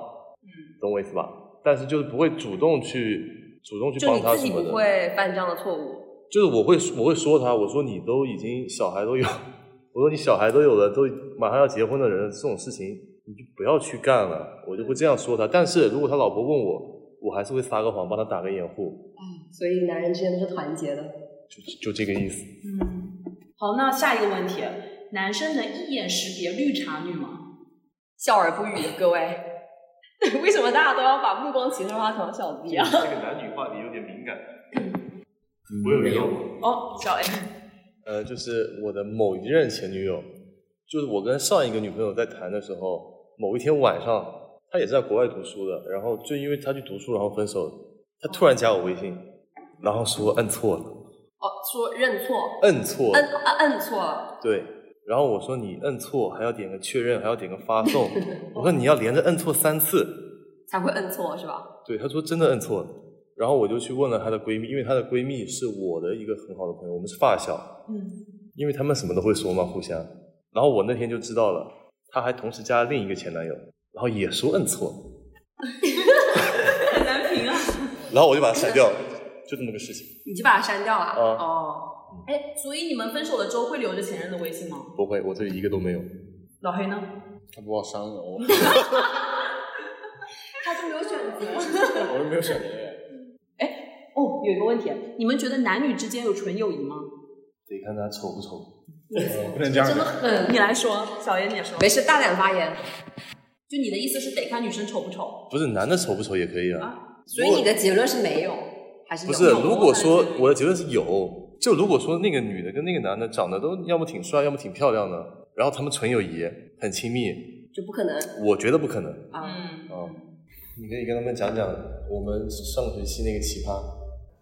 B: 嗯，
E: 懂我意思吧？但是就是不会主动去主动去
C: 就
E: 帮
C: 你
E: 他
C: 自
E: 什
C: 己
E: 么
C: 不
E: 的，
C: 会犯这样的错误，
E: 就是我会我会说他，我说你都已经小孩都有，我说你小孩都有了，都马上要结婚的人，这种事情你就不要去干了，我就会这样说他。但是如果他老婆问我，我还是会撒个谎，帮他打个掩护，
C: 所以男人之间都是团结的。
E: 就就这个意思。
B: 嗯，好，那下一个问题，男生能一眼识别绿茶女吗？
C: 笑而不语，各位。 为什么大家都要把目光集中到他头上小弟啊？
J: 这个男女话题有点敏感。我有一个
B: 哦，小 A，
E: 呃，就是我的某一任前女友，就是我跟上一个女朋友在谈的时候，某一天晚上，她也是在国外读书的，然后就因为她去读书，然后分手了。她突然加我微信，然后说摁错了，
C: 哦，说认错，
E: 摁错
C: 摁
E: 了，
C: 摁摁错了，
E: 对。然后我说你摁错，还要点个确认，还要点个发送。我说你要连着摁错三次，
C: 才会摁错是吧？
E: 对，她说真的摁错了。然后我就去问了她的闺蜜，因为她的闺蜜是我的一个很好的朋友，我们是发小。
B: 嗯，
E: 因为他们什么都会说嘛，互相。然后我那天就知道了，她还同时加了另一个前男友，然后也说摁错，
B: 很难评啊。
E: 然后我就把他删掉了，就这么个事情。
C: 你就把它删掉了。
E: 啊
C: 哦，
B: 哎，所以你们分手了之后会留着前任的微信吗？
E: 不会，我这里一个都没有。
B: 老黑呢？
D: 他把我删了，我
C: 他就没有选择。
D: 我没有选择。
B: 哦，有一个问题，你们觉得男女之间有纯友谊吗？
E: 得看他丑不丑。
D: 不能这样
C: 真的
D: 讲，
C: 很
B: 你来说，小 A 你也说。
C: 没事，大胆发言。
B: 就你的意思是得看女生丑不丑？
E: 不是男的丑不丑也可以啊。
B: 啊
C: 所以你的结论是没有，还是有
E: 不是，
B: 有
E: 如果说
B: 有
E: 我的结论是有，就如果说那个女的跟那个男的长得都要么挺帅，要么挺漂亮的，然后他们纯友谊，很亲密，
C: 就不可能
E: 我觉得不可能
C: 啊？
B: 嗯，
E: 啊。你可以跟他们讲讲我们上学期那个奇葩。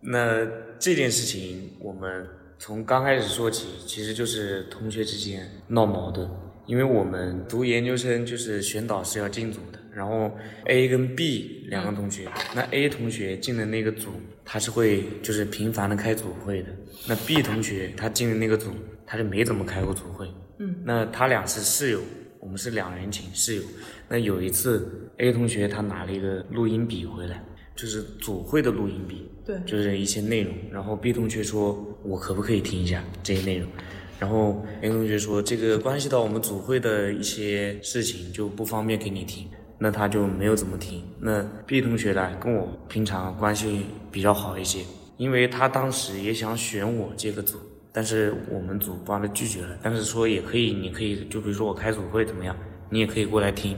H: 那这件事情，我们从刚开始说起，其实就是同学之间闹矛盾。因为我们读研究生就是选导师要进组的，然后 A 跟 B 两个同学，那 A 同学进的那个组，他是会就是频繁的开组会的，那 B 同学他进的那个组，他是没怎么开过组会，嗯，那他俩是室友，我们是两人寝室友，那有一次 A 同学他拿了一个录音笔回来，就是组会的录音笔，
B: 对
H: 就是一些内容。然后 B 同学说，我可不可以听一下这些内容？然后 A 同学说，这个关系到我们组会的一些事情，就不方便给你听。那他就没有怎么听。那 B 同学呢，跟我平常关系比较好一些，因为他当时也想选我这个组，但是我们组帮他拒绝了。但是说也可以，你可以就比如说我开组会怎么样，你也可以过来听。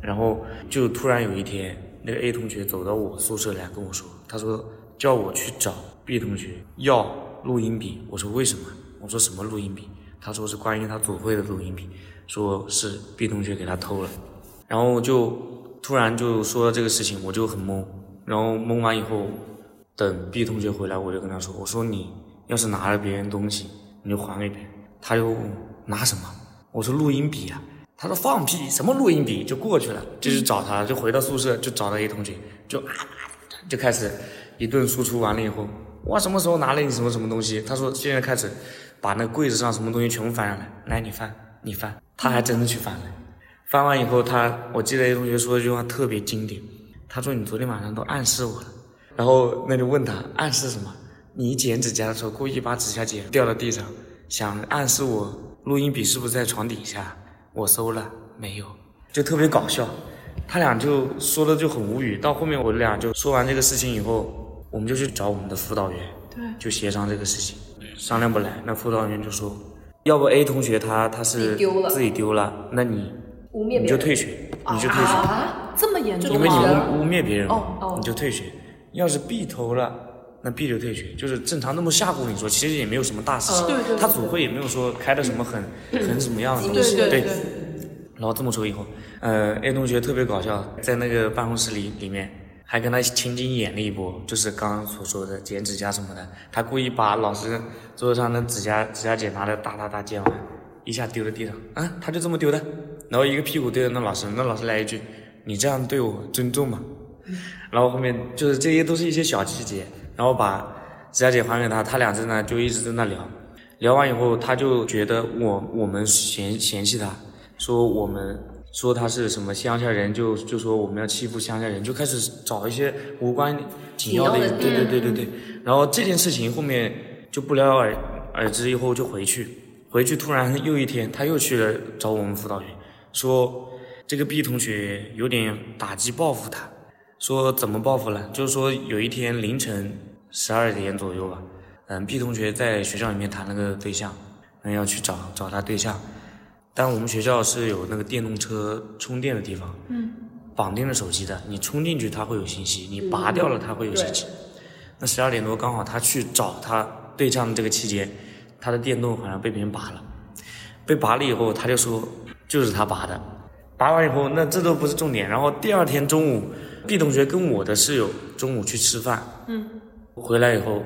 H: 然后就突然有一天，那个 A 同学走到我宿舍来跟我说，他说叫我去找 B 同学要录音笔。我说为什么？我说什么录音笔？他说是关于他组会的录音笔，说是 B 同学给他偷了，然后就突然就说到这个事情，我就很懵，然后懵完以后，等 B 同学回来，我就跟他说，我说你要是拿了别人东西，你就还给别人，他就问我拿什么，我说录音笔啊。他说放屁，什么录音笔就过去了，就去找他，就回到宿舍就找到 A 同学，就啊就开始一顿输出完了以后，我什么时候拿了你什么什么东西？他说现在开始把那柜子上什么东西全部翻下来，来你翻，你翻，他还真的去翻了。翻完以后他，我记得 A 同学说一句话特别经典，他说你昨天晚上都暗示我了，然后那就问他暗示什么？你剪指甲的时候故意把指甲剪掉到地上，想暗示我录音笔是不是在床底下？我搜了没有，就特别搞笑。他俩就说的就很无语。到后面我俩就说完这个事情以后，我们就去找我们的辅导员，对，就协商这个事情，商量不来。那辅导员就说，要不 A 同学他他
C: 自
H: 是
C: 己丢了
H: 自己丢了，那你
C: 污蔑
H: 你
C: 别
H: 就
C: 人
H: 退学，你就退学，
C: 啊，
B: 这么严重
H: 因为你
B: 吗？
H: 污污蔑别人了，
C: 哦哦
H: 你就退学。要是 B 投了，那 B 就退学，就是正常那么吓唬你说，其实也没有什么大事情，
B: 对对
H: 他组会也没有说开的什么很、很什么样的东
B: 对
H: 西，
B: 对
H: 对然后这么说以后，呃，A 同学特别搞笑，在那个办公室里里面还跟他情景演了一波，就是刚刚所说的剪指甲什么的，他故意把老师桌子上的指甲指甲剪拿来哒哒哒剪完，一下丢在地上，啊，他就这么丢的，然后一个屁股对着那老师，那老师来一句：“你这样对我尊重吗？”
B: 嗯
H: 然后后面就是这些都是一些小细节，然后把指甲剪还给他，他俩在那就一直在那聊，聊完以后他就觉得我我们嫌嫌弃他，说我们说他是什么乡下人，就就说我们要欺负乡下人，就开始找一些无关紧要的，
C: 紧要的
H: 对对对对对。然后这件事情后面就不了而而知，以后就回去，回去突然又一天他又去了找我们辅导员，说这个 B 同学有点打击报复他，说怎么报复了？就是说有一天凌晨十二点左右吧，嗯，B 同学在学校里面谈了个对象，那要去找找他对象，但我们学校是有那个电动车充电的地方，嗯，绑定了手机的，你充进去它会有信息，你拔掉了它会有信息。那十二点多刚好他去找他对象的这个期间，他的电动好像被别人拔了，被拔了以后他就说就是他拔的，拔完以后，那这都不是重点。然后第二天中午，B 同学跟我的室友中午去吃饭，嗯，回来以后，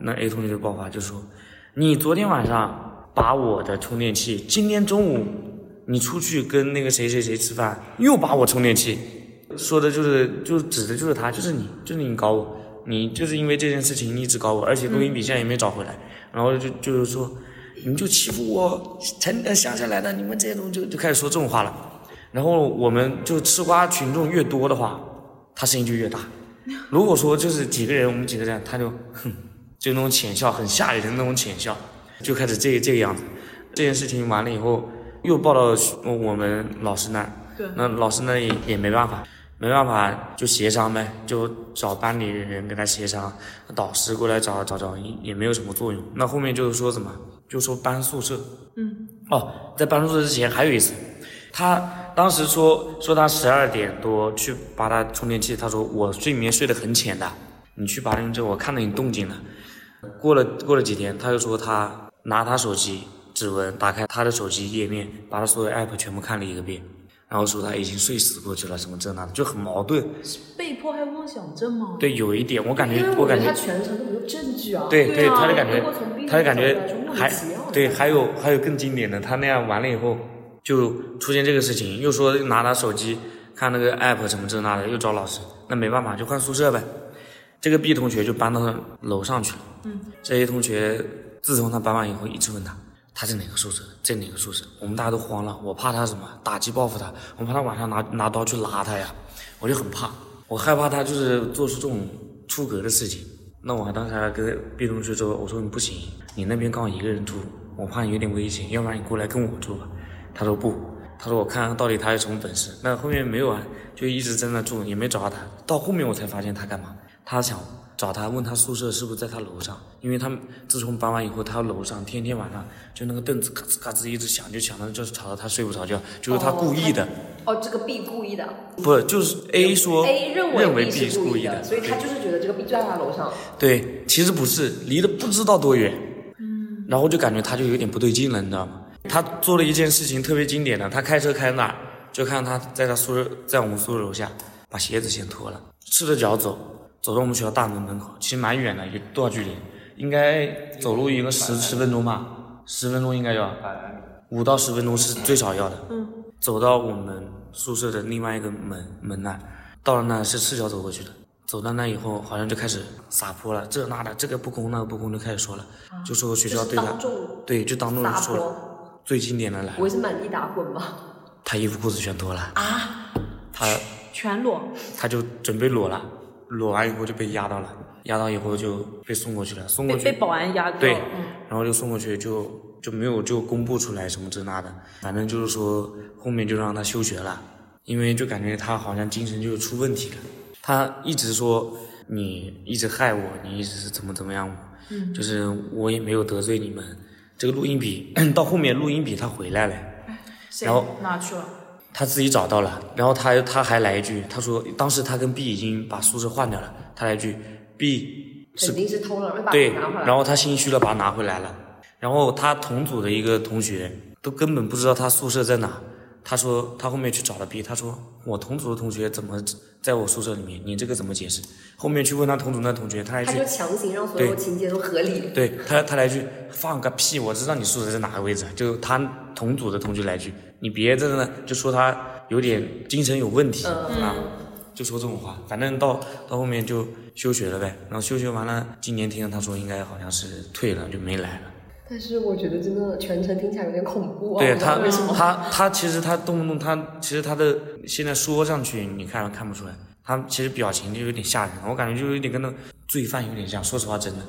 H: 那 A 同学就爆发，就说你昨天晚上拔我的充电器，今天中午你出去跟那个谁谁谁吃饭，又拔我充电器，说的就是就指的就是他，就是你，就是你搞我，你就是因为这件事情你一直搞我，而且录音笔现在也没找回来，然后就就是说。你就欺负我，城呃乡下来的，你们这种就就开始说这种话了。然后我们就吃瓜群众越多的话，他声音就越大。如果说就是几个人，我们几个人，他就 哼，就那种浅笑，很吓人的那种浅笑，就开始这个这个样子。这件事情完了以后，又报到我们老师那儿，
B: 对
H: 那老师那也也没办法，没办法就协商呗，就找班里人跟他协商，导师过来找找找也也没有什么作用。那后面就是说什么，就说搬宿舍，嗯，哦，在搬宿舍之前还有一次，他当时说说他十二点多去拔他充电器，他说我睡眠睡得很浅的，你去拔充电器，我看到你动静了。过了过了几天，他又说他拿他手机指纹打开他的手机页面，把他所有 app 全部看了一个遍，然后说他已经睡死过去了，什么这那的，就很矛盾。
B: 被迫害妄想症吗？
H: 对，有一点我感
C: 因
H: 觉
C: 为我
H: 感
C: 觉得
H: 觉
C: 他全程都没有证据啊。
H: 对
B: 对啊
H: 他就感觉
B: 如果从 B
H: 他就感
B: 角
H: 觉
B: 度来说莫名
H: 还
B: 其妙的
H: 对，还有还有更经典的，他那样完了以后就出现这个事情，又说拿他手机看那个 app 什么这那的，又找老师，那没办法就换宿舍呗。这个 B 同学就搬到楼上去了。嗯，这 A 同学自从他搬完以后，一直问他他在哪个宿舍，在哪个宿舍。我们大家都慌了，我怕他什么打击报复他，我怕他晚上拿拿刀去拉他呀，我就很怕，我害怕他就是做出这种出格的事情。那我当时还跟 B 同学说，我说你不行，你那边刚好一个人住，我怕你有点危险，要不然你过来跟我住吧。他说不，他说我看看到底他有什么本事。那后面没有啊，就一直在那住，也没找到他。到后面我才发现他干嘛，他想找他问他宿舍是不是在他楼上，因为他们自从搬完以后，他楼上天天晚上就那个凳子咔吱咔吱一直响，就响到就是吵到他睡不着觉，就是他故意的，
C: 哦，这个 B 故意的
H: 不就是 A 说
C: A 认
H: 哦认
C: 为
H: B
C: 是
H: 是
C: 故
H: 故
C: 意
H: 的，
C: 所以他就是觉得这个 B 就在他楼上。
H: 对，其实不是，离得不知道多远。然后就感觉他就有点不对劲了，你知道吗？他做了一件事情特别经典的，他开车开到哪儿，就看他在他宿舍，在我们宿舍楼下把鞋子先脱了，赤着脚走，走到我们学校大门门口，其实蛮远的，有多少距离？应该走路一个十十分钟吧，十分钟应该要，五到十分钟是最少要的。嗯，走到我们宿舍的另外一个门门那儿，到了那儿是赤脚走过去的。走到那以后，好像就开始撒泼了，这那的，这个不公那个不公，就开始说了，就说学校对他
C: 就是当众，
H: 对，就当众
C: 撒
H: 说了。
C: 泼，
H: 最经典的来了，
C: 我是满地打滚吧。
H: 他衣服裤子全脱了啊，他
B: 全裸，
H: 他就准备裸了，裸完以后就被压到了，压到以后就被送过去了，送
B: 被
H: 过去
B: 被保安压掉。
H: 对
B: 嗯，
H: 然后就送过去就就没有就公布出来什么这那的，反正就是说后面就让他休学了，因为就感觉他好像精神就出问题了，他一直说你一直害我，你一直是怎么怎么样我，
B: 嗯
H: 就是我也没有得罪你们，这个录音笔 到后面录音笔他回来了。
B: 哎谁
H: 然后
B: 拿去了？
H: 他自己找到了，然后他他还来一句，他说当时他跟 B 已经把宿舍换掉了，他来一句 B 是
C: 肯定是偷了，没把
H: 对，
C: 拿回来。
H: 然后他心虚了，把它拿回来了。然后他同组的一个同学都根本不知道他宿舍在哪。他说他后面去找了 B，他说我同组的同学怎么在我宿舍里面？你这个怎么解释？后面去问他同组那同学，他还
C: 他
H: 去
C: 就强行让所有
H: 对
C: 情节都合理。
H: 对他，他来句放个屁，我知道你宿舍在哪个位置。就他同组的同学来句，你别在那就说他有点精神有问题、啊，就说这种话。反正到到后面就休学了呗。然后休学完了，今年听他说应该好像是退了，就没来了。
C: 但是我觉得真的全程听起来有点恐怖啊！
H: 对
C: 我不知道
H: 他
C: 为什么，
H: 他他其实他动不动他其实他的现在说上去你看看不出来，他其实表情就有点吓人，我感觉就有点跟那罪犯有点像。说实话，真的，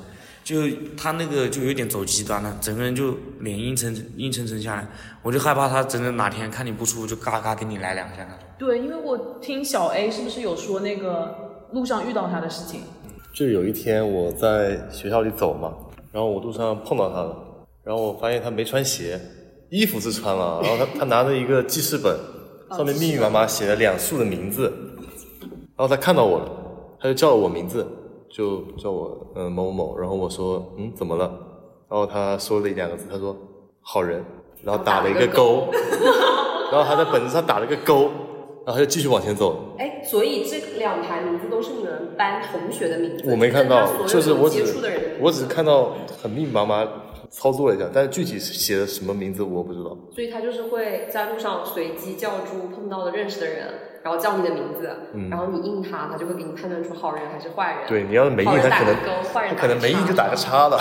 H: 就他那个就有点走极端了，整个人就脸阴沉阴沉沉下来，我就害怕他真的哪天看你不舒服就嘎嘎给你来两下那种。
B: 对，因为我听小 A 是不是有说那个路上遇到他的事情？
G: 就有一天我在学校里走嘛，然后我路上碰到他了，然后我发现他没穿鞋，衣服是穿 了，然后他他拿着一个记事本，上面密密麻麻写了两竖的名字，然后他看到我了，他就叫我名字，就叫我嗯、呃某某某，然后我说嗯怎么了，然后他说了一两个字，他说好人，然后打了一个勾， 然后他在本子上打了个勾，然后他就继续往前走了。
C: 哎，所以这两排名字都是你们班同学的名字，
G: 我没看
C: 是他
G: 到，
C: 所有
G: 就是我只
C: 接触的人的名字
G: 我只是看到很密密麻麻操作了一下，但是具体写的什么名字我不知道。
C: 所以他就是会在路上随机叫出碰到的认识的人，然后叫你的名字，然后你应他，他就会给你判断出好人还是坏人。
G: 对，你要是没印，他可
C: 好人打个勾坏人
G: 能
C: 打个
G: 可能没印就打个叉了。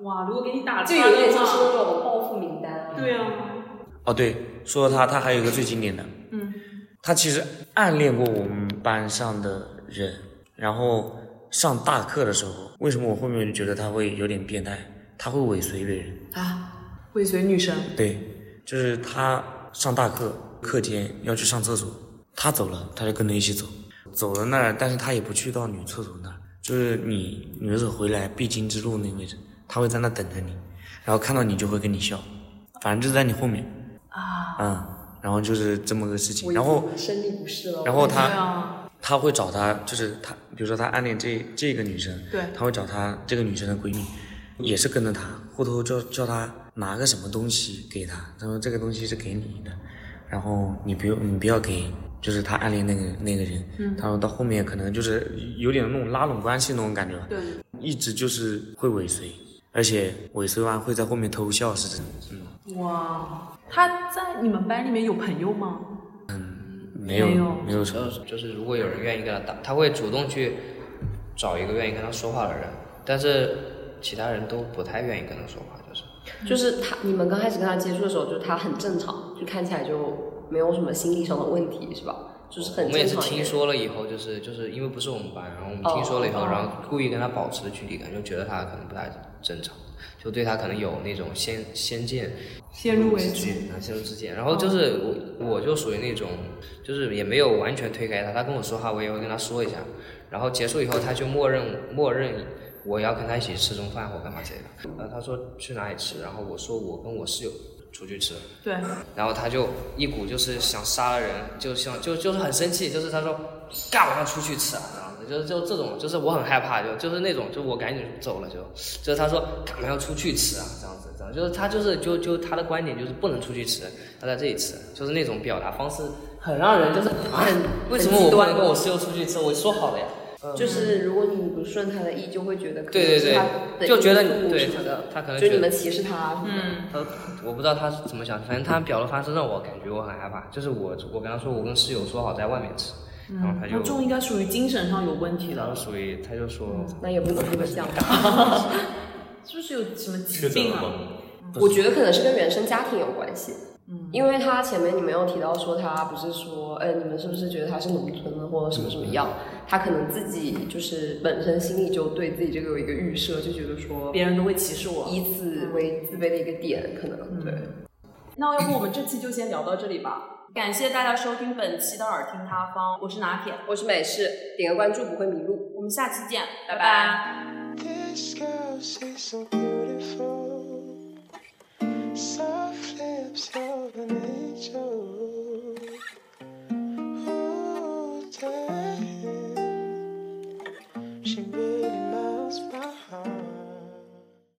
B: 哇，如果给你打
C: 就
B: 岔
C: 有点
B: 的
C: 像是那
B: 话，
C: 种报复名单啊。
B: 对啊，
H: 哦，对，说到他，他还有一个最经典的，嗯，他其实暗恋过我们班上的人，然后上大课的时候，为什么我后面觉得他会有点变态？他会尾随别人，
B: 啊，尾随女生，
H: 对，就是他上大课课间要去上厕所，他走了，他就跟着一起走，走了那儿，但是他也不去到女厕所那儿，就是你女厕所回来必经之路那个位置，他会在那等着你，然后看到你就会跟你笑，反正就在你后面啊，嗯，然后就是这么个事情，
C: 我已
H: 然后
C: 经生理不适了。
H: 然后他
B: 对啊，
H: 他会找她，就是他，比如说他暗恋这这个女生，
B: 对
H: 他会找她这个女生的闺蜜，也是跟着她，或头叫叫她拿个什么东西给她，他说这个东西是给你的，然后你不用你不要给，就是他暗恋那个那个人，
B: 嗯
H: 他说到后面可能就是有点那种拉拢关系那种感觉吧，
B: 对，
H: 一直就是会尾随，而且尾随完会在后面偷笑是真的，嗯，
B: 哇，他在你们班里面有朋友吗？
H: 没有
B: 没有
H: 没有什么，
F: 就是就是如果有人愿意跟他打，他会主动去找一个愿意跟他说话的人，但是其他人都不太愿意跟他说话，就是
C: 就是他，你们刚开始跟他接触的时候，就是他很正常，就看起来就没有什么心理上的问题，是吧？就是
F: 哦我
C: 很
F: 们也
C: 正
F: 是
C: 常。
F: 听，说了以后，就是就是因为不是我们班，然后我们
C: 哦
F: 听说了以后，
C: 哦
F: 然后故意跟他保持距离感，就觉得他可能不太正常，就对他可能有那种先先见
B: 先入为主，
F: 啊，先入之见。
C: 哦
F: 然后就是我我就属于那种，就是也没有完全推开他，他跟我说话，我也会跟他说一下。然后结束以后，他就默认默认我要跟他一起吃中饭或干嘛之类的。然后他说去哪里吃，然后我说我跟我室友出去吃，
B: 对，
F: 然嗯后他就一股就是想杀了人，就像就就是很生气，就是他说干嘛要出去吃啊，然后就是就这种，就是我很害怕，就就是那种，就我赶紧走了就，就是他说赶快要出去吃啊，这样子，这样就是他就是就就他的观点就是不能出去吃，要在这里吃，就是那种表达方式很让人就是啊，为什么我不能跟我室友出去吃？我说好了呀，
C: 嗯就是如果你不顺他的意，就会觉得可能
F: 对对
C: 是
F: 对
C: 他的
F: 就觉得
C: 因素
F: 对
C: 什么的，
F: 他可能
C: 就
F: 觉
C: 你
F: 得
C: 们歧视他，嗯，
F: 呃，我不知道他是怎么想，反正他表的方式让我感觉我很害怕。就是我，我跟他说，我跟室友说好在外面吃，然后他
B: 那这种
F: 就，
B: 应该属于精神上有问题
F: 然后
B: 了，
F: 所以他就说，
C: 那也不能这么想。
B: 是不是有什么疾病啊？
C: 我觉得可能是跟原生家庭有关系。嗯，因为他前面你没有提到说他不是说，呃，你们是不是觉得他是农村的或者什么什么样？他可能自己就是本身心里就对自己这个有一个预设，就觉得说
B: 别人都会歧视我。
C: 以此为自卑的一个点，可能对。
B: 那要不我们这期就先聊到这里吧，感谢大家收听本期的耳听他方，我是拿铁，
C: 我是美式，点个关注不会迷路。
B: 我们下期见，
C: 拜
B: 拜拜
C: 拜
A: This girl, she's so beautiful, so